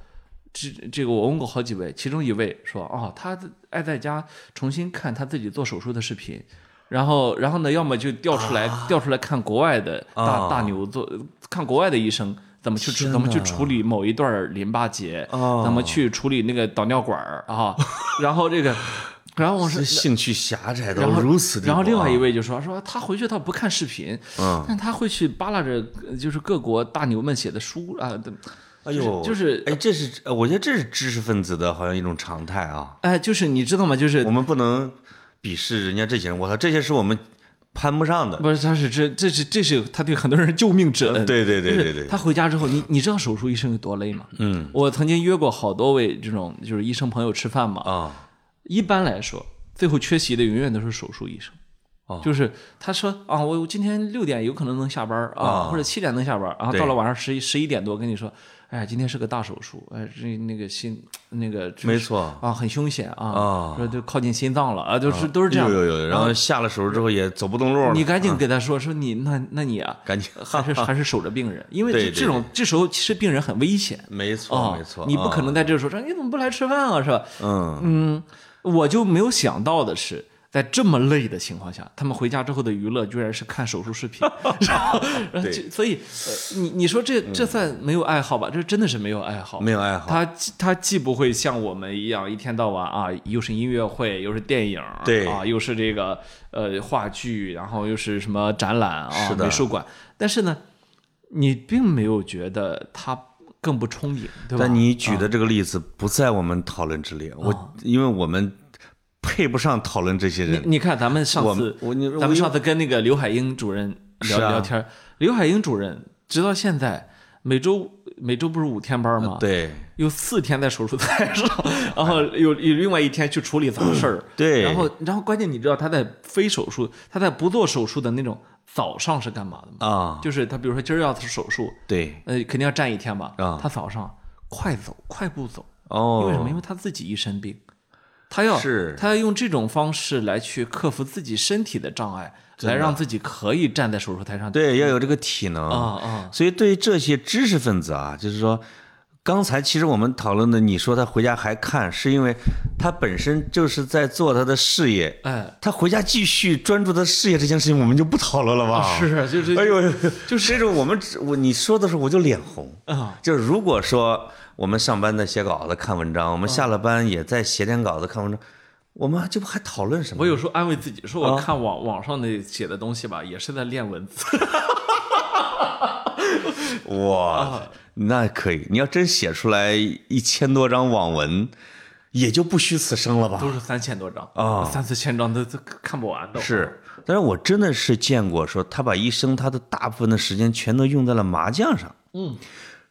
Speaker 1: 这这个我问过好几位，其中一位说，哦，他爱在家重新看他自己做手术的视频。然后，然后呢？要么就调出来，调出来看国外的大、
Speaker 2: 啊
Speaker 1: 大牛做，看国外的医生怎么去处
Speaker 2: 天
Speaker 1: 怎么去
Speaker 2: 哪
Speaker 1: 处理某一段儿淋巴结，
Speaker 2: 哦
Speaker 1: 怎么去处理那个导尿管儿啊。 然后这个，然后我说
Speaker 2: 这兴趣狭窄到
Speaker 1: 然后
Speaker 2: 如此地步
Speaker 1: 然
Speaker 2: 啊嗯
Speaker 1: 后另外一位就说说他回去他不看视频，但他会去扒拉着呃就是各国大牛们写的书啊，对
Speaker 2: 哎呦，
Speaker 1: 就是
Speaker 2: 哎，这是呃我觉得这是知识分子的好像一种常态啊，
Speaker 1: 哎，就是你知道吗？就是
Speaker 2: 我们不能鄙视人家这些人，我操，这些是我们攀不上的。
Speaker 1: 不是他是这这是这是他对很多人救命之恩。
Speaker 2: 对对对
Speaker 1: 就是
Speaker 2: 对对，
Speaker 1: 他回家之后，你你知道手术医生有多累吗？嗯，我曾经约过好多位这种就是医生朋友吃饭嘛，
Speaker 2: 啊，
Speaker 1: 一般来说，最后缺席的永远都是手术医生。
Speaker 2: 哦
Speaker 1: 就是他说啊，我今天六点有可能能下班儿啊，
Speaker 2: 啊
Speaker 1: 或者七点能下班儿，然后
Speaker 2: 对
Speaker 1: 到了晚上十一十一点多跟你说，哎，今天是个大手术，哎，这那个心那个就是
Speaker 2: 没错
Speaker 1: 啊，很凶险啊
Speaker 2: 啊，
Speaker 1: 说就靠近心脏了啊，就是都是这样嗯
Speaker 2: 有。有有，然后下了手术之后也走不动路了，
Speaker 1: 你赶紧给他说说你那那你啊，
Speaker 2: 赶紧，
Speaker 1: 还 是还是守着病人，因为
Speaker 2: 对
Speaker 1: 这
Speaker 2: 对
Speaker 1: 这种这时候其实病人很危险。
Speaker 2: 没
Speaker 1: 啊
Speaker 2: 错，没错，
Speaker 1: 你不可能
Speaker 2: 的。
Speaker 1: 在这个时候说你怎么不来吃饭啊，是吧？
Speaker 2: 嗯，
Speaker 1: 嗯，我就没有想到的是，在这么累的情况下，他们回家之后的娱乐居然是看手术视 频，然后，然后
Speaker 2: 对嗯
Speaker 1: 就所以，呃你你说这这算没有爱好吧？这真的是没有爱好。
Speaker 2: 啊没有爱好。
Speaker 1: 他既他既不会像我们一样一天到晚啊，又是音乐会，又是电影，
Speaker 2: 对
Speaker 1: 啊，又是这个呃话剧，然后又是什么展览啊
Speaker 2: 是，的
Speaker 1: 美术馆。但是呢，你并没有觉得他更不充盈，对吧？嗯哦
Speaker 2: 但你举的这个例子不在我们讨论之列，我因为我们配不上讨论这些
Speaker 1: 你
Speaker 2: 人。
Speaker 1: 你看，咱们上
Speaker 2: 我
Speaker 1: 次
Speaker 2: 们我你
Speaker 1: 咱们上
Speaker 2: 次
Speaker 1: 次跟那个刘海英主任聊、
Speaker 2: 是啊
Speaker 1: 聊天儿，刘海英主任直到现在每周每周不是五天班吗？，
Speaker 2: 呃对
Speaker 1: 有四天在手术台上，然后有有另外一天去处理杂事儿。
Speaker 2: 对，
Speaker 1: 然后然后关键你知道他在非手术，他在不做手术的那种早上是干嘛的吗？
Speaker 2: 啊，
Speaker 1: 就是他比如说今儿要是手术，
Speaker 2: 对
Speaker 1: 呃，肯定要站一天吧。
Speaker 2: 啊
Speaker 1: 他早上快走快步走，因为什么？因
Speaker 2: 哦，
Speaker 1: 为他自己一身病，他要
Speaker 2: 是
Speaker 1: 他要用这种方式来去克服自己身体的障碍，来让自己可以站在手术台上。
Speaker 2: 对，要有这个体能
Speaker 1: 啊啊，
Speaker 2: 所以对于这些知识分子啊，就是说，刚才其实我们讨论的，你说他回家还看，是因为他本身就是在做他的事业，
Speaker 1: 哎，
Speaker 2: 他回家继续专注他事业这件事情，我们就不讨论了吧？
Speaker 1: 啊是就是
Speaker 2: 哎呦，
Speaker 1: 就是
Speaker 2: 这种我们只我你说的时候我就脸红
Speaker 1: 啊，
Speaker 2: 就是如果说我们上班在写稿子看文章，我
Speaker 1: 啊
Speaker 2: 们下了班也在写点稿子看文章，我们这不还讨论什么
Speaker 1: 我？有时候安慰自己说，
Speaker 2: 啊
Speaker 1: 我看网网上的写的东西吧，也是在练文 字。
Speaker 2: 哇，那可以！你要真写出来一千多张网文，也就不虚此生了吧？
Speaker 1: 都是三千多张
Speaker 2: 啊
Speaker 1: 三四千张都都看不完的。
Speaker 2: 是，但是我真的是见过说他把一生他的大部分的时间全都用在了麻将上。
Speaker 1: 嗯，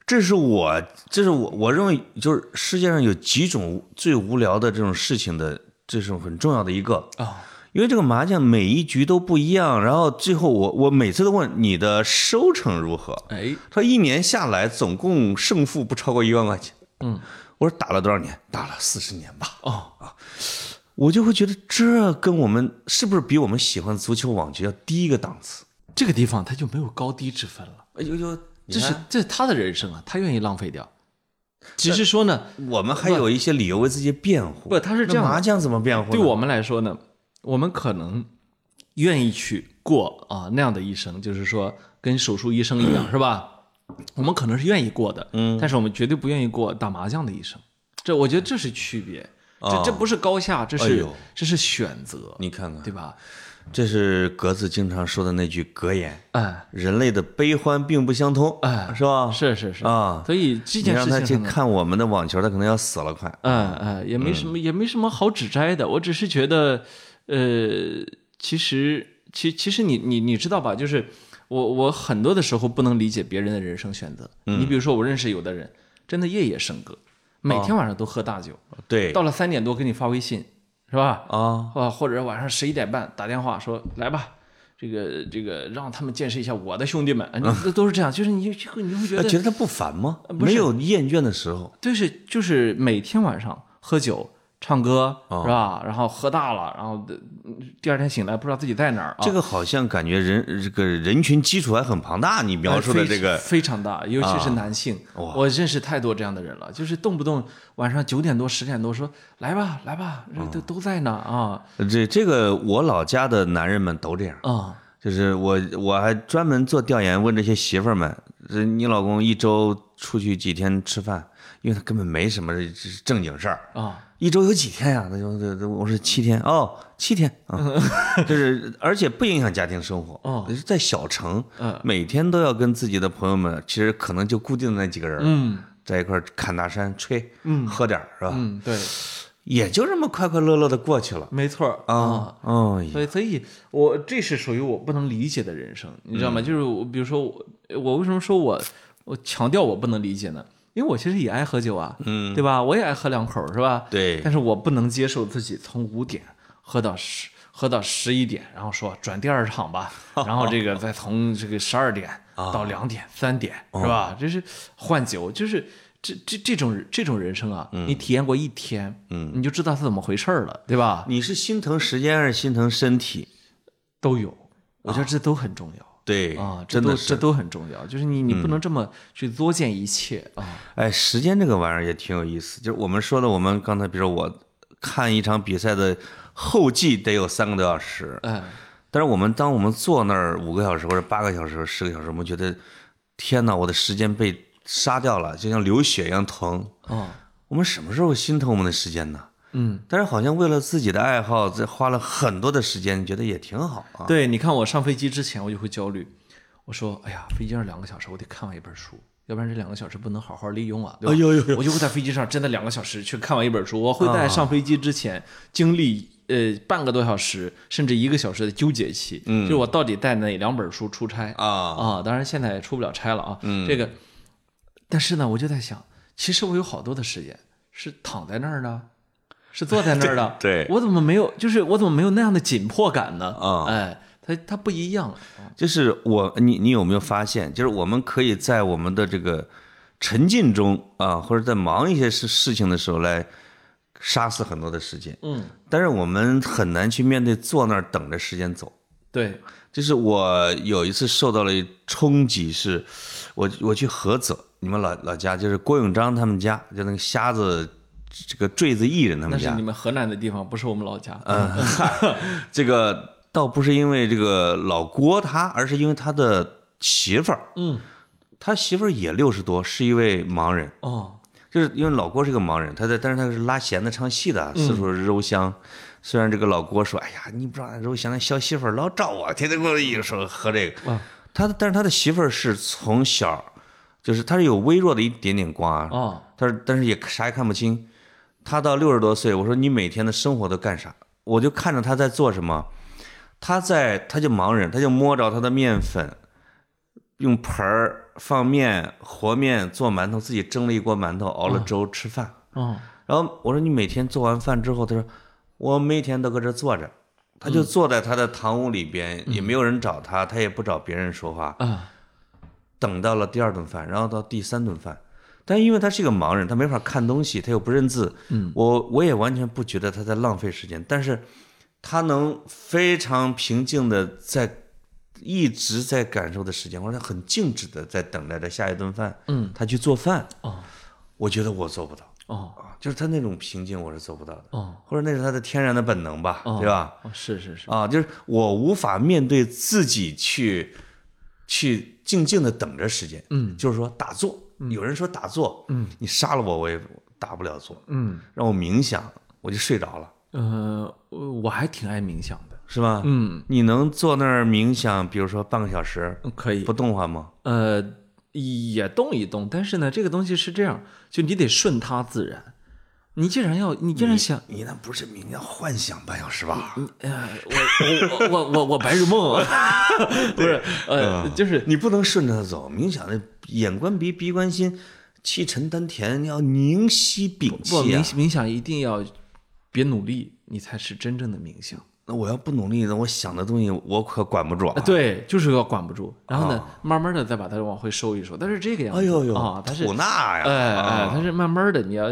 Speaker 2: 这是我，这是我，我认为就是世界上有几种最无聊的这种事情的，这是很重要的一个。
Speaker 1: 啊，
Speaker 2: 因为这个麻将每一局都不一样，然后最后我我每次都问你的收成如何，
Speaker 1: 哎，
Speaker 2: 他一年下来总共胜负不超过一万块钱。
Speaker 1: 嗯，
Speaker 2: 我说打了多少年？打了四十年吧。啊
Speaker 1: 哦，
Speaker 2: 我就会觉得这跟我们是不是比我们喜欢足球、网球要低一个档次？
Speaker 1: 这个地方他就没有高低之分了。
Speaker 2: 哎呦呦，
Speaker 1: 这
Speaker 2: 这
Speaker 1: 是
Speaker 2: 是
Speaker 1: 这是他的人生啊，他愿意浪费掉。只是说呢，
Speaker 2: 我们还有一些理由为自己辩护。
Speaker 1: 不他是这样
Speaker 2: 那
Speaker 1: 的
Speaker 2: 麻将怎么辩护呢？
Speaker 1: 对我们来说呢，我们可能愿意去过啊那样的一生，就是说跟手术医生一 样，是吧？我们可能是愿意过的，嗯，但是我们绝对不愿意过打麻将的一生。这我觉得这是区别，这这不是高下，这
Speaker 2: 哎
Speaker 1: 是、
Speaker 2: 呦
Speaker 1: 这是选择，
Speaker 2: 啊你看看，
Speaker 1: 对吧？
Speaker 2: 这是格子经常说的那句格言：
Speaker 1: 哎，
Speaker 2: 人类的悲欢并不相通，
Speaker 1: 哎
Speaker 2: 是吧？
Speaker 1: 是是是
Speaker 2: 啊
Speaker 1: 所以这
Speaker 2: 你
Speaker 1: 件
Speaker 2: 让他
Speaker 1: 事
Speaker 2: 去
Speaker 1: 情呢，
Speaker 2: 看我们的网球，他可能要死了快。
Speaker 1: 嗯嗯，也没什么，也没什么好指摘的。我只是觉得，呃，其实，其其实你你你知道吧？就是我我很多的时候不能理解别人的人生选择。你比如说，我认识有的人真的夜夜笙歌，每天晚上都喝大酒，
Speaker 2: 对
Speaker 1: 到了三点多给你发微信，是吧？
Speaker 2: 啊，
Speaker 1: 啊，或者晚上十一点半打电话说来吧。这个这个，让他们见识一下我的兄弟们，啊你都是这样，就是你就你会觉得
Speaker 2: 那
Speaker 1: 呃
Speaker 2: 觉得他不烦吗？
Speaker 1: 不是
Speaker 2: 没有厌倦的时候。
Speaker 1: 对，是就是每天晚上喝酒、唱歌，
Speaker 2: 哦
Speaker 1: 是吧？然后喝大了，然后嗯第二天醒来不知道自己在哪儿啊。
Speaker 2: 这个好像感觉人这个人群基础还很庞大，你描述的
Speaker 1: 哎非
Speaker 2: 这个啊
Speaker 1: 非常大，尤其是男性，我认识太多这样的人了，就是动不动晚上九点多、十点多说来吧，来吧，这
Speaker 2: 嗯
Speaker 1: 都都在呢啊
Speaker 2: 这这个我老家的男人们都这样，
Speaker 1: 啊
Speaker 2: 就是我我还专门做调研问这些媳妇儿们，这你老公一周出去几天吃饭？因为他根本没什么正经事儿，
Speaker 1: 啊！
Speaker 2: 一周有几天呀、他说这我说七天哦，七天啊， 就是而且不影响家庭生活。
Speaker 1: 哦
Speaker 2: 就是在小城
Speaker 1: 嗯，
Speaker 2: 每天都要跟自己的朋友们，其实可能就固定的那几个人，
Speaker 1: 嗯
Speaker 2: 在一块儿侃大山、吹，嗯，喝点儿是吧？
Speaker 1: 嗯，对，
Speaker 2: 也就这么快快乐乐的过去了
Speaker 1: 没错儿啊。
Speaker 2: 啊。哦，
Speaker 1: 所以，所以我这是属于我不能理解的人生，你知道吗？就是我，比如说我，我为什么说我，我强调我不能理解呢？因为我其实也爱喝酒啊，嗯，对吧？我也爱喝两口儿，是吧？
Speaker 2: 对
Speaker 1: 但是我不能接受自己从五点喝到十，喝到十一点，然后说转第二场 吧，然后这个再从这个十二点到两点、三点，是吧？这是换酒，就是。这这这种这种人生啊，你体验过一天，嗯，你就知道是怎么回事儿了，对吧？
Speaker 2: 你是心疼时间还是心疼身体？
Speaker 1: 都有，我觉得这都很重要
Speaker 2: 啊对
Speaker 1: 啊，这
Speaker 2: 真
Speaker 1: 都
Speaker 2: 的
Speaker 1: 这
Speaker 2: 是。嗯
Speaker 1: 都很重要，就是你你不能这么去作践一切啊，
Speaker 2: 哎，时间这个玩意儿也挺有意思。就是我们说的，我们刚才比如说我看一场比赛的后记得有三个多小时，
Speaker 1: 哎，
Speaker 2: 但是我们当我们坐那儿五个小时或者八个小时、十个小时，我们觉得天哪，我的时间被杀掉了，就像流血一样疼。
Speaker 1: 哦，
Speaker 2: 我们什么时候心疼我们的时间呢？
Speaker 1: 嗯，
Speaker 2: 但是好像为了自己的爱好，这花了很多的时间，觉得也挺好啊。
Speaker 1: 对，你看我上飞机之前我就会焦虑，我说，哎呀，飞机上两个小时，我得看完一本书。要不然这两个小时不能好好利用啊！对吧？
Speaker 2: 哎呦呦
Speaker 1: 我就会在飞机上真的两个小时去看完一本书。我会在上飞机之前经历呃半个多小时甚至一个小时的纠结期，嗯，就是我到底带哪两本书出差
Speaker 2: 啊，。
Speaker 1: 啊，当然现在也出不了差了啊。嗯，这个，但是呢，我就在想，其实我有好多的时间是躺在那儿呢，是坐在那儿的
Speaker 2: 对对
Speaker 1: 我怎么没有？就是我怎么没有那样的紧迫感呢？
Speaker 2: 啊
Speaker 1: 哎，它它不一样啊
Speaker 2: 就是我，你你有没有发现，就是我们可以在我们的这个沉浸中啊，或者在忙一些事事情的时候来杀死很多的时间。嗯，但是我们很难去面对坐那儿等着时间走。
Speaker 1: 对，
Speaker 2: 就是我有一次受到了冲击是，我我去菏泽，你们老老家就是郭永章他们家，就那个瞎子这个坠子艺人他
Speaker 1: 那
Speaker 2: 们
Speaker 1: 是
Speaker 2: 家
Speaker 1: 你。们河南的地方，不是我们老家。
Speaker 2: 嗯， 这个倒不是因为这个老郭他，而是因为他的媳妇儿，
Speaker 1: 嗯，
Speaker 2: 他媳妇儿也六十多，是一位盲人。
Speaker 1: 哦，
Speaker 2: 就是因为老郭是个盲人，他在，但是他是拉弦子唱戏的，四处揉香。虽然这个老郭说：“哎呀，你不知道揉香那小媳妇儿老找我，天天跟我一说喝这个。
Speaker 1: 啊
Speaker 2: 他的但是他的媳妇儿是从小，就是他是有微弱的一点点光啊，
Speaker 1: 哦，
Speaker 2: 但是但是也啥也看不清。他到六十多岁，我说你每天的生活都干啥？我就看着他在做什么，他在他就盲人，他就摸着他的面粉，用盆儿放面、和面做馒头，自己蒸了一锅馒头，熬了粥吃饭。
Speaker 1: 哦，
Speaker 2: 然后我说你每天做完饭之后，他说我每天都搁这坐着，他就坐在他的堂屋里边，也没有人找他，他也不找别人说话。
Speaker 1: 啊，
Speaker 2: 等到了第二顿饭，然后到第三顿饭。但因为他是一个盲人，他没法看东西，他又不认字，嗯，我我也完全不觉得他在浪费时间，但是他能非常平静的在一直在感受的时间，或者他很静止的在等待着下一顿饭，嗯，他去做饭，
Speaker 1: 哦，
Speaker 2: 我觉得我做不到
Speaker 1: 哦，
Speaker 2: 啊，就是他那种平静我是做不到的，
Speaker 1: 哦，
Speaker 2: 或者那是他的天然的本能吧，
Speaker 1: 哦
Speaker 2: 对吧？
Speaker 1: 哦是是是，
Speaker 2: 啊，就是我无法面对自己去去静静的等着时间，嗯，就是说打坐，有人说打坐，嗯，你杀了我我也打不了坐，
Speaker 1: 嗯，
Speaker 2: 让我冥想我就睡着了，
Speaker 1: 呃，我我还挺爱冥想的。
Speaker 2: 是吧？
Speaker 1: 嗯，
Speaker 2: 你能坐那儿冥想，比如说半个小时
Speaker 1: 嗯可以
Speaker 2: 不，动弹吗？
Speaker 1: 呃，也动一动，但是呢，这个东西是这样，就你得顺它自然。你既然要，你既然想，
Speaker 2: 你那不是冥想，幻想半小时吧？
Speaker 1: 呃，我我我 我我白日梦啊， 不是，呃，就是
Speaker 2: 你不能顺着它走，冥想的眼观鼻，鼻观心，气沉丹田，你要凝息屏
Speaker 1: 不
Speaker 2: 气
Speaker 1: 冥
Speaker 2: 啊。
Speaker 1: 冥想一定要别努力，你才是真正的冥想。
Speaker 2: 那我要不努力，那我想的东西我可管不住啊
Speaker 1: 啊，。对，就是要管不住，然后呢，慢慢的再把它往回收一收，但是这个样子，
Speaker 2: 哦哎呦呦，
Speaker 1: 啊，它是
Speaker 2: 吐纳呀！
Speaker 1: 哎哎
Speaker 2: 啊，
Speaker 1: 它是慢慢的，你要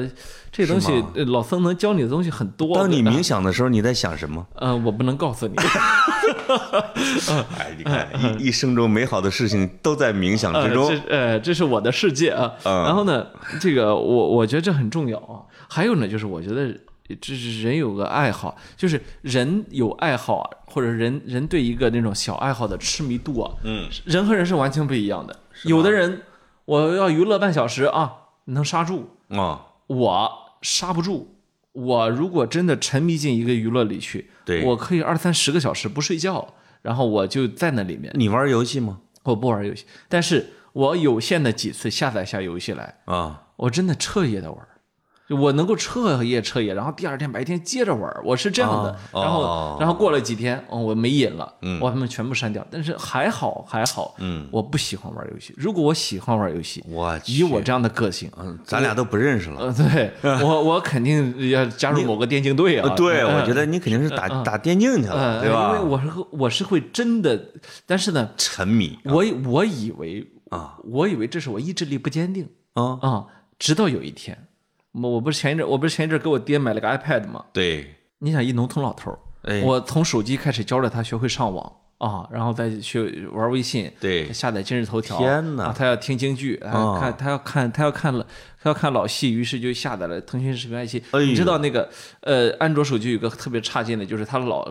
Speaker 1: 这东西，呃老僧能教你的东西很多。
Speaker 2: 当
Speaker 1: 对
Speaker 2: 你
Speaker 1: 吧
Speaker 2: 冥想的时候，你在想什么？
Speaker 1: 呃，我不能告诉你，
Speaker 2: 哎，你 看，一一生中美好的事情都在冥想
Speaker 1: 呃，
Speaker 2: 之中
Speaker 1: 这。呃这是我的世界啊。
Speaker 2: 嗯
Speaker 1: 然后呢，这个我我觉得这很重要啊。还有呢，就是我觉得这是人有个爱好，就是人有爱好，啊或者人人对一个那种小爱好的痴迷度啊，
Speaker 2: 嗯，
Speaker 1: 人和人是完全不一样的。有的人我要娱乐半小时啊，能刹住，
Speaker 2: 啊，
Speaker 1: 我刹不住。我如果真的沉迷进一个娱乐里去，
Speaker 2: 对
Speaker 1: 我可以二三十个小时不睡觉，然后我就在那里面，
Speaker 2: 你玩游戏吗？
Speaker 1: 我不玩游戏，但是我有限的几次下载下游戏来，
Speaker 2: 啊，
Speaker 1: 我真的彻夜的玩儿，就我能够彻夜彻夜，然后第二天白天接着玩儿，我是这样的。
Speaker 2: 哦
Speaker 1: 然后、
Speaker 2: 哦
Speaker 1: 然后过了几天，哦，我没瘾了，我把它们全部删掉。但是还好还好，
Speaker 2: 嗯，
Speaker 1: 我不喜欢玩游戏。如果我喜欢玩游戏，
Speaker 2: 我
Speaker 1: 以
Speaker 2: 去，
Speaker 1: 我这样的个性，啊
Speaker 2: 嗯咱俩都不认识了。
Speaker 1: 呃，对我我肯定要加入某个电竞队啊。
Speaker 2: 呃对，
Speaker 1: 嗯
Speaker 2: 我觉得你肯定是打打电竞去了，
Speaker 1: 呃，
Speaker 2: 对
Speaker 1: 因为
Speaker 2: 吧？
Speaker 1: 我是会我是会真的，但是呢，
Speaker 2: 沉迷
Speaker 1: 我以我以为
Speaker 2: 啊
Speaker 1: 我以为这是我意志力不坚定
Speaker 2: 啊，
Speaker 1: 啊、直到有一天，我我不是前一阵我不是前一阵给我爹买了个 iPad 吗？
Speaker 2: 对，
Speaker 1: 你想一农村老头儿，
Speaker 2: 哎，
Speaker 1: 我从手机开始教着他学会上网啊，然后再去玩微信，
Speaker 2: 对
Speaker 1: 下载今日头条，
Speaker 2: 天哪
Speaker 1: 啊他要听京剧，哎
Speaker 2: 啊
Speaker 1: 看他要看他要看了他要看老戏，于是就下载了腾讯视频爱奇艺。
Speaker 2: 哎呦
Speaker 1: 你知道那个呃，安卓手机有个特别差劲的，就是他老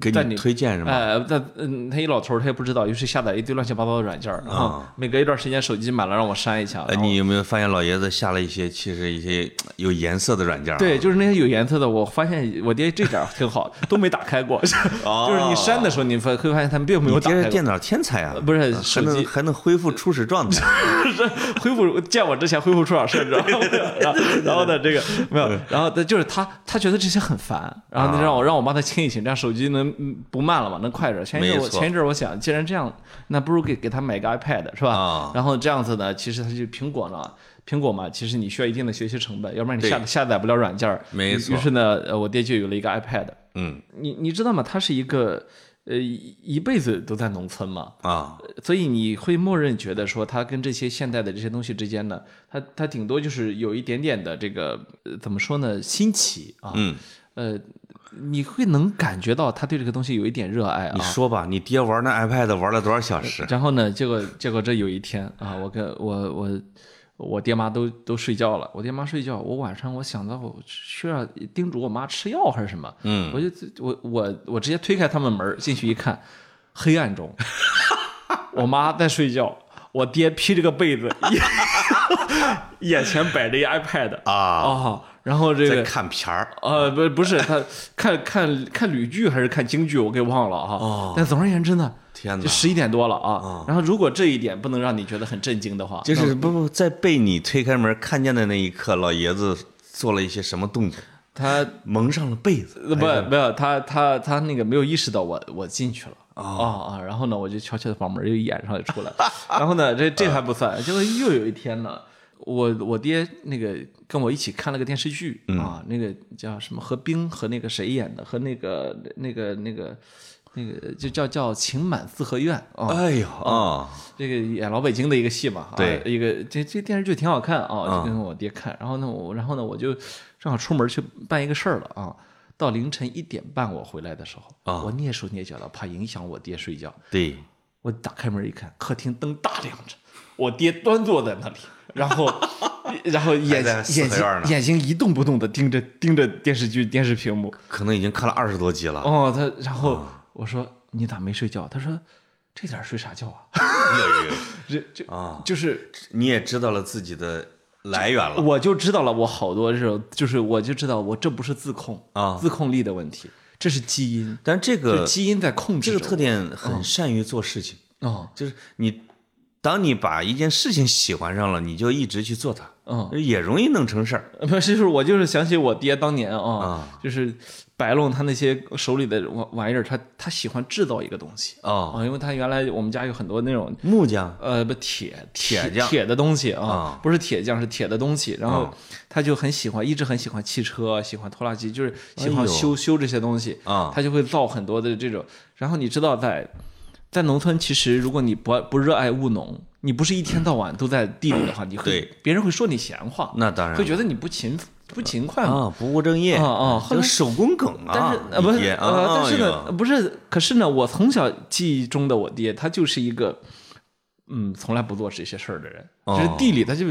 Speaker 2: 给
Speaker 1: 在
Speaker 2: 你
Speaker 1: 你
Speaker 2: 推荐什么？
Speaker 1: 哎，他嗯，他一老头儿，他也不知道，于是下载一堆乱七八糟的软件儿啊。每隔一段时间，手机买了让我删一下。
Speaker 2: 呃，
Speaker 1: 然后
Speaker 2: 你有没有发现老爷子下了一些其实一些呃有颜色的软件啊？
Speaker 1: 对，就是那些有颜色的，我发现我爹这点儿挺好，都没打开过。 就是你删的时候，你发会发现他们并没
Speaker 2: 哦你
Speaker 1: 有打
Speaker 2: 爹
Speaker 1: 开
Speaker 2: 是
Speaker 1: 过。
Speaker 2: 电脑天才啊，
Speaker 1: 不是
Speaker 2: 还
Speaker 1: 手
Speaker 2: 能
Speaker 1: 机
Speaker 2: 还能恢复初始状态。
Speaker 1: 恢复见我之前恢复出点事儿， 你知道吗？然后呢，这个没有，然后他就是他，他觉得这些很烦，然
Speaker 2: 啊
Speaker 1: 后让我让我帮他清一清，这样手机能嗯不慢了嘛，能快点儿。前一阵
Speaker 2: 没
Speaker 1: 我
Speaker 2: 错
Speaker 1: 前一阵我想，既然这样，那不如给给他买个 iPad 是
Speaker 2: 啊
Speaker 1: 吧？然后这样子呢，其实他就苹果呢。苹果嘛，其实你需要一定的学习成本，要不然你
Speaker 2: 对
Speaker 1: 下下载不了软件儿。
Speaker 2: 没错
Speaker 1: 于是呢，呃我爹就有了一个 iPad。
Speaker 2: 嗯，
Speaker 1: 你你知道吗？它是一个呃一一辈子都在农村嘛，
Speaker 2: 啊，
Speaker 1: 所以你会默认觉得说它跟这些现代的这些东西之间呢，它它顶多就是有一点点的这个呃怎么说呢新奇啊，
Speaker 2: 嗯，
Speaker 1: 呃，你会能感觉到他对这个东西有一点热爱啊
Speaker 2: 你。说吧，你爹玩那 iPad 玩了多少小时？
Speaker 1: 然后呢，结果结果这有一天啊，我跟我我我爹妈都都睡觉了，我爹妈睡觉，我晚上我想到我需要叮嘱我妈吃药还是什么，
Speaker 2: 嗯，
Speaker 1: 我就我我我直接推开他们门儿进去一看，黑暗 中，我妈在睡觉，我爹披着个被子， 眼眼前摆着一 iPad
Speaker 2: 啊
Speaker 1: 哦，然后这
Speaker 2: 在
Speaker 1: 个
Speaker 2: 看片儿，
Speaker 1: 呃，不，不是他看看看旅剧还是看京剧，我给忘了啊。
Speaker 2: 哦
Speaker 1: 但总而言之呢，
Speaker 2: 天哪
Speaker 1: 就！十一点多了啊。然后如果这一点不能让你觉得很震惊的话，
Speaker 2: 嗯就是不不，在被你推开门看见的那一刻，老爷子做了一些什么动作？
Speaker 1: 他
Speaker 2: 蒙上了被子，
Speaker 1: 呃呃不没有他他他那个没有意识到我我进去了。
Speaker 2: 哦
Speaker 1: 啊啊、然后呢，我就悄悄的把门又掩上就出来了。 然后呢，这这还
Speaker 2: 嗯
Speaker 1: 不算，结果又有一天呢，我我爹那个跟我一起看了个电视剧、
Speaker 2: 嗯
Speaker 1: 啊，那个叫什么何冰和那个谁演的，和那个那个那个那个就叫叫情满四合院啊，
Speaker 2: 哎呦啊，
Speaker 1: 这个演老北京的一个戏嘛，啊
Speaker 2: 对嗯
Speaker 1: 一个这这电视剧挺好看啊，就跟我爹看。然后呢，我然后呢，我就正好出门去办一个事儿了啊。到凌晨一点半我回来的时候，
Speaker 2: 啊
Speaker 1: 我蹑手蹑脚的，怕影响我爹睡觉。
Speaker 2: 对，
Speaker 1: 我打开门一看，客厅灯大亮着，我爹端坐在那 里，然后然后眼
Speaker 2: 还在四
Speaker 1: 眼
Speaker 2: 合
Speaker 1: 睛
Speaker 2: 院呢
Speaker 1: 眼睛一动不动的盯着盯着电视剧电视屏幕。
Speaker 2: 可能已经看了二十多集了。
Speaker 1: 哦，他然后
Speaker 2: 啊
Speaker 1: 我说你咋没睡觉？他说这点儿睡啥觉啊？
Speaker 2: 哎呦
Speaker 1: 这这
Speaker 2: 啊，
Speaker 1: 就是
Speaker 2: 你也知道了自己的来源了
Speaker 1: 我就知道了，我好多这种就是我就知道我这不是自控
Speaker 2: 啊
Speaker 1: 自控力的问题，这是基因，
Speaker 2: 但这
Speaker 1: 就
Speaker 2: 个
Speaker 1: 基因在控制着
Speaker 2: 这个
Speaker 1: 我
Speaker 2: 特点很善于做事情，
Speaker 1: 哦，
Speaker 2: 就是你当你把一件事情喜欢上了，你就一直去做它，
Speaker 1: 嗯，
Speaker 2: 也容易弄成事儿。
Speaker 1: 不是，就是我就是想起我爹当年啊，就是摆弄他那些手里的玩玩意儿，他他喜欢制造一个东西啊、
Speaker 2: 哦，
Speaker 1: 因为他原来我们家有很多那种
Speaker 2: 木匠
Speaker 1: 呃，不铁
Speaker 2: 铁
Speaker 1: 铁
Speaker 2: 匠
Speaker 1: 铁的东西啊，
Speaker 2: 啊
Speaker 1: 不是铁匠是铁的东西。然后他就很喜欢，一直很喜欢汽车，喜欢拖拉机，就是喜
Speaker 2: 哎呦
Speaker 1: 欢修、修这些东西
Speaker 2: 啊
Speaker 1: 他就会造很多的这种。然后你知道在，在农村，其实如果你不不热爱务农，你不是一天到晚都在地里的话，你会
Speaker 2: 对嗯
Speaker 1: 别人会说你闲话，
Speaker 2: 那当然
Speaker 1: 会觉得你不勤不勤快嘛。
Speaker 2: 啊，不务正业
Speaker 1: 啊啊后
Speaker 2: 这个
Speaker 1: 来
Speaker 2: 手工梗啊，
Speaker 1: 但是呃不
Speaker 2: 你
Speaker 1: 是
Speaker 2: 爹
Speaker 1: 呃，但是
Speaker 2: 哎
Speaker 1: 呢
Speaker 2: 呦
Speaker 1: 不是，可是呢，我从小记忆中的我爹，他就是一个嗯，从来不做这些事儿的人，就是
Speaker 2: 哦
Speaker 1: 地里他就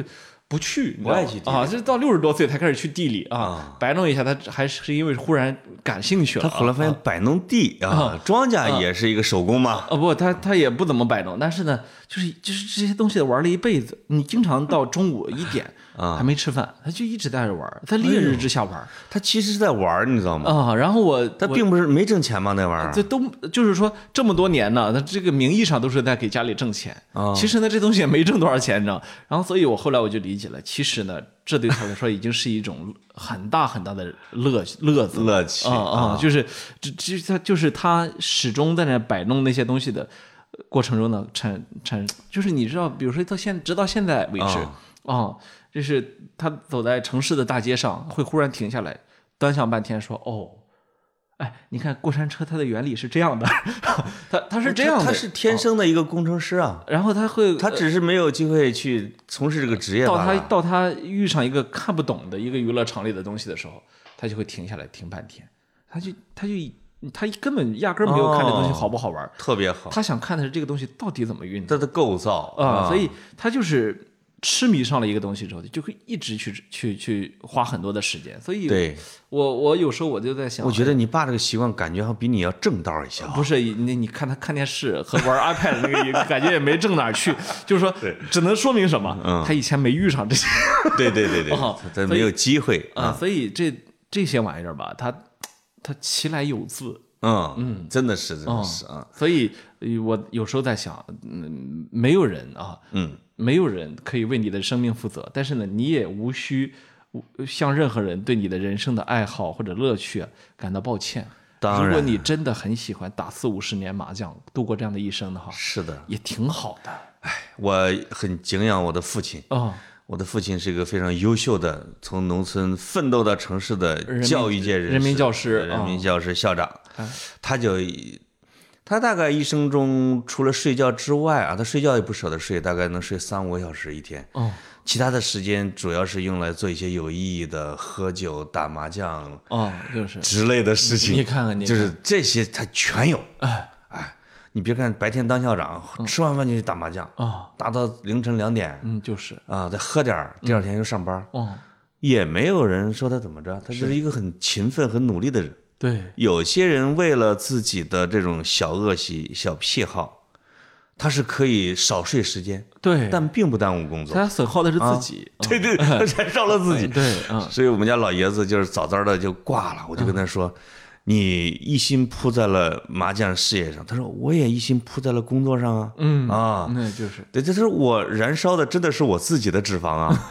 Speaker 1: 不去，你知
Speaker 2: 不爱
Speaker 1: 道
Speaker 2: 去
Speaker 1: 吗啊，就是到六十多岁才开始去地里
Speaker 2: 啊
Speaker 1: 啊，摆弄一下，他还是因为忽然感兴趣了
Speaker 2: 他
Speaker 1: 啊。
Speaker 2: 后来发现摆弄地啊，庄稼也是一个手工嘛，
Speaker 1: 哦不，他他也不怎么摆弄，但是呢，就是就是这些东西玩了一辈子，你经常到中午一点
Speaker 2: 啊哎
Speaker 1: 还没吃饭，他就一直在这玩，在烈日之下玩
Speaker 2: 他其实是在玩儿，你知道吗？
Speaker 1: 啊。然后我
Speaker 2: 他
Speaker 1: 我
Speaker 2: 并不是没挣钱嘛，那玩意儿
Speaker 1: 这都就是说这么多年呢，那这个名义上都是在给家里挣钱，
Speaker 2: 啊
Speaker 1: 其实呢这东西也没挣多少钱，你知道。然后所以我后来我就理解了，其实呢这对他来说已经是一种很大很大的乐乐子了
Speaker 2: 乐趣
Speaker 1: 啊啊，就是这这他就是他始终在那摆弄那些东西的呃过程中呢，产产就是你知道，比如说到现直到现在为止
Speaker 2: 啊
Speaker 1: 啊，就是他走在城市的大街上，会忽然停下来端详半天，说哦。哎，你看过山车，它的原理是这样的， 它哦它是这样的，
Speaker 2: 他是天生的一个工程师啊，
Speaker 1: 然后它会，
Speaker 2: 他只是没有机会去从事这个职业
Speaker 1: 到
Speaker 2: 罢
Speaker 1: 他
Speaker 2: 了。
Speaker 1: 到他遇上一个看不懂的一个娱乐场里的东西的时候，他就会停下来听半天，他就他就他根本压根儿没有看这东西
Speaker 2: 哦
Speaker 1: 好不好玩儿，
Speaker 2: 特别好，
Speaker 1: 他想看的是这个东西到底怎么运作
Speaker 2: 他的构造
Speaker 1: 啊、所以他就是痴迷上了一个东西之后，就会一直去去去花很多的时间，所以
Speaker 2: 对，
Speaker 1: 我我有时候我就在想，
Speaker 2: 我觉得你爸这个习惯感觉好像比你要正道一些啊。
Speaker 1: 不是你，你看他看电视和玩 iPad 那个也感觉也没正哪儿去，就是说，只能说明什么？
Speaker 2: 嗯
Speaker 1: 他以前没遇上这些
Speaker 2: 对对 对对
Speaker 1: 哦
Speaker 2: 他没有机会
Speaker 1: 啊，
Speaker 2: 啊，
Speaker 1: 所以这这些玩意儿吧，他他其来有自，
Speaker 2: 嗯嗯，真的是真的是啊，
Speaker 1: 所以呃我有时候在想，嗯，没有人啊，
Speaker 2: 嗯，
Speaker 1: 没有人可以为你的生命负责，但是呢，你也无需无向任何人对你的人生的爱好或者乐趣感到抱歉。
Speaker 2: 当然
Speaker 1: 如果你真的很喜欢打四五十年麻将，度过这样的一生的话，
Speaker 2: 是的，
Speaker 1: 也挺好的。
Speaker 2: 我很敬仰我的父亲。
Speaker 1: 哦，
Speaker 2: 我的父亲是一个非常优秀的，从农村奋斗到城市的教育界人士
Speaker 1: 人民教师
Speaker 2: 人民教师校长。他就他大概一生中除了睡觉之外啊，他睡觉也不舍得睡，大概能睡三五个小时一天。
Speaker 1: 哦
Speaker 2: 其他的时间主要是用来做一些有意义的，喝酒、打麻将
Speaker 1: 哦，就是
Speaker 2: 之类的事情。
Speaker 1: 你看看你看
Speaker 2: 就是这些他全有。哎哎，你别看白天当校长，
Speaker 1: 嗯
Speaker 2: 吃完饭就去打麻将，
Speaker 1: 哦，
Speaker 2: 打到凌晨两点
Speaker 1: 嗯，就是
Speaker 2: 啊，再喝点儿，第二天又上班，
Speaker 1: 哦，
Speaker 2: 也没有人说他怎么着，他就是一个很勤奋、很努力的人。
Speaker 1: 对，
Speaker 2: 有些人为了自己的这种小恶习、小癖好，他是可以少睡时间，
Speaker 1: 对，
Speaker 2: 但并不耽误工作。
Speaker 1: 他损耗的是自己，嗯
Speaker 2: 对对，他燃烧啊了自己。
Speaker 1: 对，嗯，
Speaker 2: 所以我们家老爷子就是早早的就挂了，我就跟他说：“你一心扑在了麻将事业上。”他说：“我也一心扑在了工作上啊。”
Speaker 1: 嗯
Speaker 2: 啊，
Speaker 1: 那就是
Speaker 2: 对，这是我燃烧的，真的是我自己的脂肪 啊！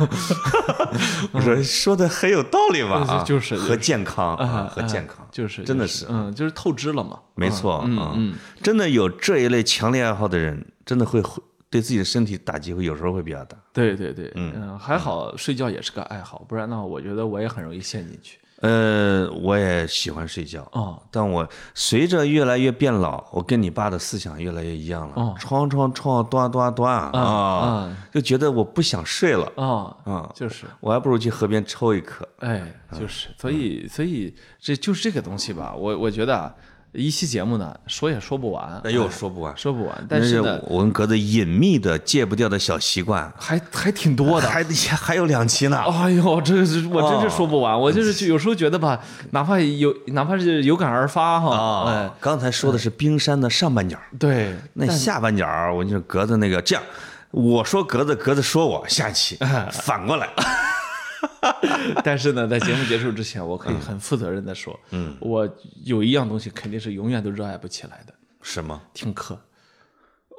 Speaker 2: 我说说的很有道理吧？啊
Speaker 1: 就是就是
Speaker 2: 和健康啊，和健康
Speaker 1: 啊，就是
Speaker 2: 真的，
Speaker 1: 就是嗯，就是透支了嘛，嗯
Speaker 2: 没错啊。真的有这一类强烈爱好的人，真的会会对自己的身体打击会有时候会比较大。
Speaker 1: 对对对，嗯，还好睡觉也是个爱好，不然的话，我觉得我也很容易陷进去。
Speaker 2: 呃，我也喜欢睡觉，
Speaker 1: 哦
Speaker 2: 但我随着越来越变老，我跟你爸的思想越来越一样了。
Speaker 1: 哦
Speaker 2: 床床床，端端端啊，
Speaker 1: 啊
Speaker 2: 就觉得我不想睡了，
Speaker 1: 哦，
Speaker 2: 啊，
Speaker 1: 就是，
Speaker 2: 我还不如去河边抽一颗。
Speaker 1: 哎，
Speaker 2: 嗯
Speaker 1: 就是，所以所以这就是这个东西吧，我我觉得啊，一期节目呢说也说不完，哎
Speaker 2: 那又说不完，
Speaker 1: 说不完，嗯但
Speaker 2: 但
Speaker 1: 是
Speaker 2: 是
Speaker 1: 呢，
Speaker 2: 我跟格子隐秘的戒不掉的小习惯，
Speaker 1: 还还挺多的。
Speaker 2: 还 还有两期呢。
Speaker 1: 哎呦，这是我真是
Speaker 2: 哦
Speaker 1: 说不完，我就是有时候觉得 吧，哪怕有哪怕是有感而发哈，哎，
Speaker 2: 啊，刚才说的是冰山的上半角，
Speaker 1: 对，
Speaker 2: 那下半角儿我就是格子那个这样，我说格子，格子说我，下期
Speaker 1: 嗯
Speaker 2: 反 过来。
Speaker 1: 但是呢，在节目结束之前，我可以很负责任的说，嗯，我有一样东西肯定是永远都热爱不起来的，
Speaker 2: 什么？
Speaker 1: 听课，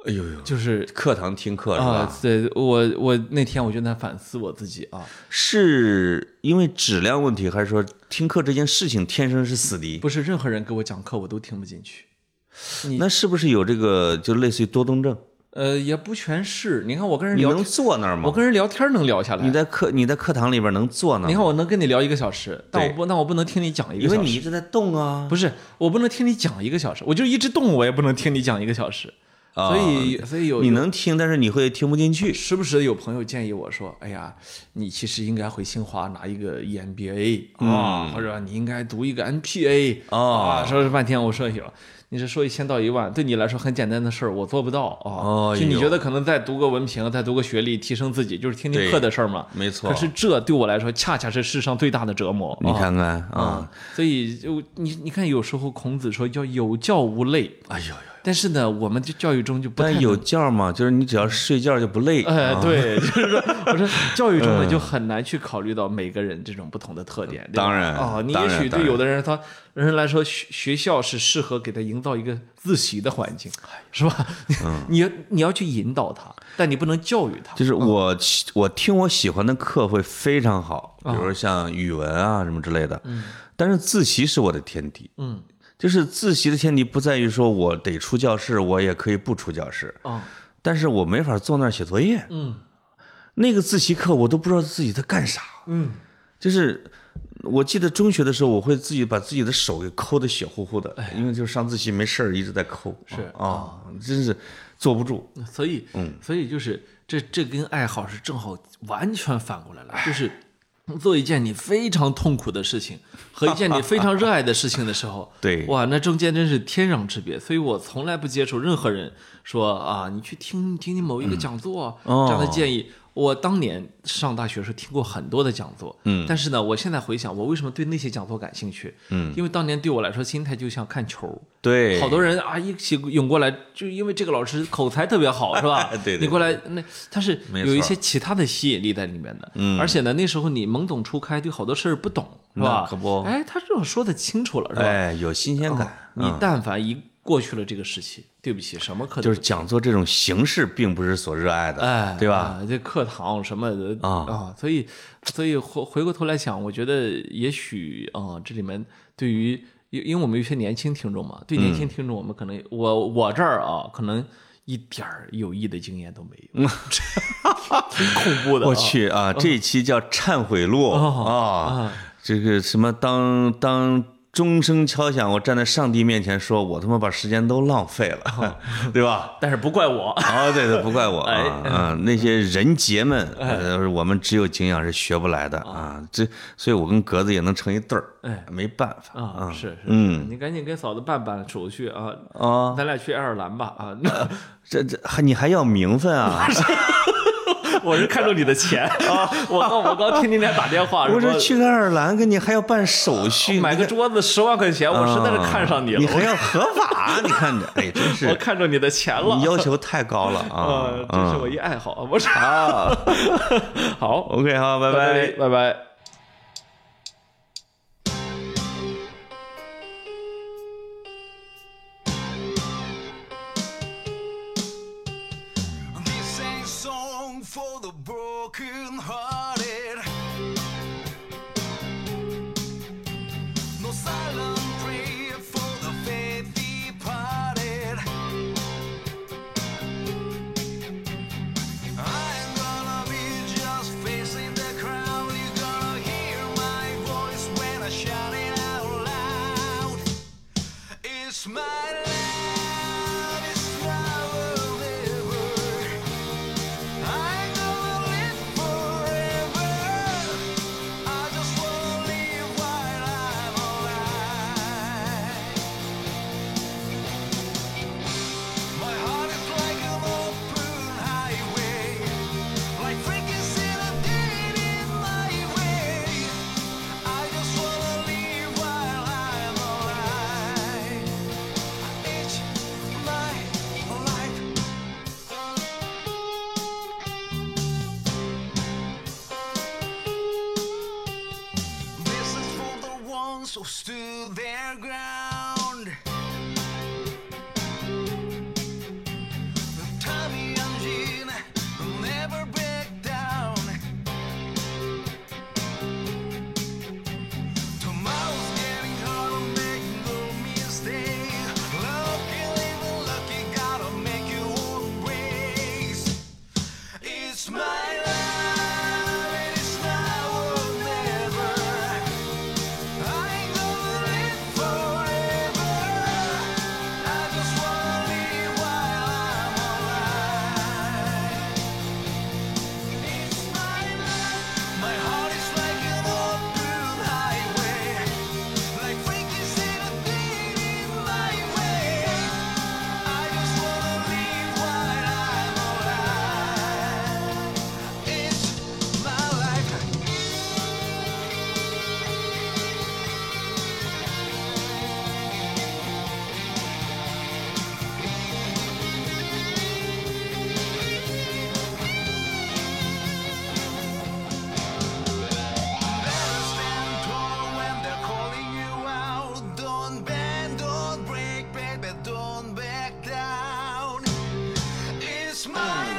Speaker 2: 哎呦呦，
Speaker 1: 就是
Speaker 2: 课堂听课是
Speaker 1: 啊
Speaker 2: 吧？，
Speaker 1: 对我我那天我就在反思我自己啊，
Speaker 2: 是因为质量问题，还是说听课这件事情天生是死敌？
Speaker 1: 不是任何人给我讲课我都听不进去，
Speaker 2: 那是不是有这个就类似于多动症？
Speaker 1: 呃，也不全是，你看我跟人
Speaker 2: 你
Speaker 1: 聊
Speaker 2: 能，坐那儿吗
Speaker 1: 我？跟人聊天能聊下来
Speaker 2: 你，在课你在课堂里边能坐那
Speaker 1: 你
Speaker 2: 儿
Speaker 1: 看
Speaker 2: 吗？
Speaker 1: 我能跟你聊一个小时，但我
Speaker 2: 对
Speaker 1: 不但我不能听你讲一个
Speaker 2: 因
Speaker 1: 小时，
Speaker 2: 为你一直在动啊。
Speaker 1: 不是我不能听你讲一个小时，我就一直动我也不能听你讲一个小时，所以所以有
Speaker 2: 啊你能听，但是你会听不进去。
Speaker 1: 时不时地有朋友建议我说：“哎呀，你其实应该回清华拿一个 E EMBA
Speaker 2: 嗯
Speaker 1: 啊、或者你应该读一个 MPA 啊、
Speaker 2: 哦
Speaker 1: 说了半天，我说：“哎呦，你这说一千道一万，对你来说很简单的事儿，我做不到啊。
Speaker 2: 哎呦
Speaker 1: 就你觉得可能再读个文凭，再读个学历，提升自己，就是听听课的事儿嘛。
Speaker 2: 没错
Speaker 1: 可是这对我来说，恰恰是世上最大的折磨。
Speaker 2: 你
Speaker 1: 啊
Speaker 2: 看看啊，
Speaker 1: 啊、所以就你你看，有时候孔子说叫有教无类，
Speaker 2: 哎呦呦，
Speaker 1: 但是呢，我们就教育中就不太
Speaker 2: 但
Speaker 1: 能
Speaker 2: 有啊觉嘛，就是你只要睡觉就不累。
Speaker 1: 哎，对， 就是说，我说教育中
Speaker 2: 嗯
Speaker 1: 呢，就很难去考虑到每个人这种不同的特点。对吧
Speaker 2: 当然
Speaker 1: 哦，你
Speaker 2: 当
Speaker 1: 也
Speaker 2: 然
Speaker 1: 许
Speaker 2: 当
Speaker 1: 对
Speaker 2: 然
Speaker 1: 有的人他人来说，学学校是适合给他营造一个自习的环境，
Speaker 2: 哎
Speaker 1: 是吧？ 你你要去引导他，但你不能教育他。
Speaker 2: 嗯就是我喜我听我喜欢的课会非常好，
Speaker 1: 嗯
Speaker 2: 比如像语文啊什么之类的。但是自习是我的天敌。
Speaker 1: 嗯，
Speaker 2: 就是自习的天敌不在于说我得出教室，我也可以不出教室，
Speaker 1: 啊，
Speaker 2: 但是我没法坐那儿写作业。
Speaker 1: 嗯
Speaker 2: 那个自习课我都不知道自己在干啥。
Speaker 1: 嗯，
Speaker 2: 就是我记得中学的时候，我会自己把自己的手给抠得血乎乎的，因为就是上自习没事儿一直在抠。
Speaker 1: 哎是
Speaker 2: 啊，真是坐不住。，
Speaker 1: 所以，所以就是这这跟爱好是正好完全反过来了，就是做一件你非常痛苦的事情和一件你非常热爱的事情的时候
Speaker 2: 对
Speaker 1: 哇，那中间真是天壤之别。所以我从来不接受任何人说啊，你去听听听某一个讲座、
Speaker 2: 哦
Speaker 1: 这样的建议。我当年上大学时候听过很多的讲座，嗯，但是呢，我现在回想，我为什么对那些讲座感兴趣？嗯，因为当年对我来说，心态就像看球儿，
Speaker 2: 对，
Speaker 1: 好多人啊一起涌过来，就因为这个老师口才特别好，是吧
Speaker 2: ？对对
Speaker 1: 你过来那他是
Speaker 2: 没
Speaker 1: 有一
Speaker 2: 错
Speaker 1: 些其他的吸引力在里面的，
Speaker 2: 嗯
Speaker 1: 而且呢，那时候你懵懂初开，对好多事儿不懂，是吧
Speaker 2: 那？可不
Speaker 1: 哎，他这种说的清楚了，是吧？
Speaker 2: 哎嗯有
Speaker 1: 哦
Speaker 2: 新鲜感。
Speaker 1: 你但凡一过去了这个时期，对不起，什么课都
Speaker 2: 就是讲座这种形式并不是所热爱的，
Speaker 1: 哎，
Speaker 2: 对吧？
Speaker 1: 啊？这课堂什么的
Speaker 2: 啊
Speaker 1: 所以所以回回过头来想，我觉得也许啊、这里面对于因因为我们有些年轻听众嘛，对
Speaker 2: 嗯
Speaker 1: 年轻听众，我们可能、我我这儿啊，可能一点儿有益的经验都没
Speaker 2: 嗯
Speaker 1: 有，挺恐怖的、啊。
Speaker 2: 我去
Speaker 1: 哦
Speaker 2: 啊，这一期叫《忏悔录》啊，这个什么当当钟声敲响，我站在上帝面前说：“我他妈把时间都浪费了，
Speaker 1: 哦
Speaker 2: 对吧？”
Speaker 1: 但是不怪 我，啊
Speaker 2: 哦，对对，不怪我
Speaker 1: 哎
Speaker 2: 啊，啊，那些人杰们，呃，我们只有敬仰是学不来的啊，这，所以我跟格子也能成一对儿，
Speaker 1: 哦哎，
Speaker 2: 没办法
Speaker 1: 啊，是是，
Speaker 2: 嗯，
Speaker 1: 你赶紧给嫂子办办手续啊，
Speaker 2: 啊，
Speaker 1: 咱俩去爱尔兰吧啊，
Speaker 2: 这这还你还要名分啊？
Speaker 1: 我是看中你的钱啊， 我刚我刚听你俩打电话，
Speaker 2: 我
Speaker 1: 说
Speaker 2: 说去爱尔兰跟你还要办手续，
Speaker 1: 哦买个桌子十万块钱，我实在是看上
Speaker 2: 你
Speaker 1: 你
Speaker 2: 你
Speaker 1: 了，
Speaker 2: 还要合法，你看你，哎，真
Speaker 1: 我
Speaker 2: 是
Speaker 1: 看中你的钱了
Speaker 2: 你，要求太 高了
Speaker 1: 啊
Speaker 2: 啊，！
Speaker 1: 这是我一爱好，啊，我是 啊，好，
Speaker 2: OK，好，
Speaker 1: 到
Speaker 2: 拜
Speaker 1: 这
Speaker 2: 拜
Speaker 1: 里。拜拜。
Speaker 3: This ain't song for the broken hearted. No silent prayer for the faith departed. I'm gonna be just facing the crowd. You're gonna hear my voice when I shout it out loud. It's my loudest hour ever. I'm gonna live forever. I just wanna live while I'm alive. My heart is like an open highway, like freaking in in my way. I just wanna live while I'm alive. It's my life. This is for the ones who stood their ground. Tommy and Jean who never back down. Tomorrow's getting harder, make no mistake. Lucky, even lucky, gotta make you always. It's my life, and it's now or never. I ain't gonna live forever. I just wanna live while I'm alive. It's my life. My heart is like an open highway, like freaking in my way. I just wanna live while I'm alive. It's my life. Better stand tall when they're calling you out. Don't bend, don't break, baby, don't back down. It's my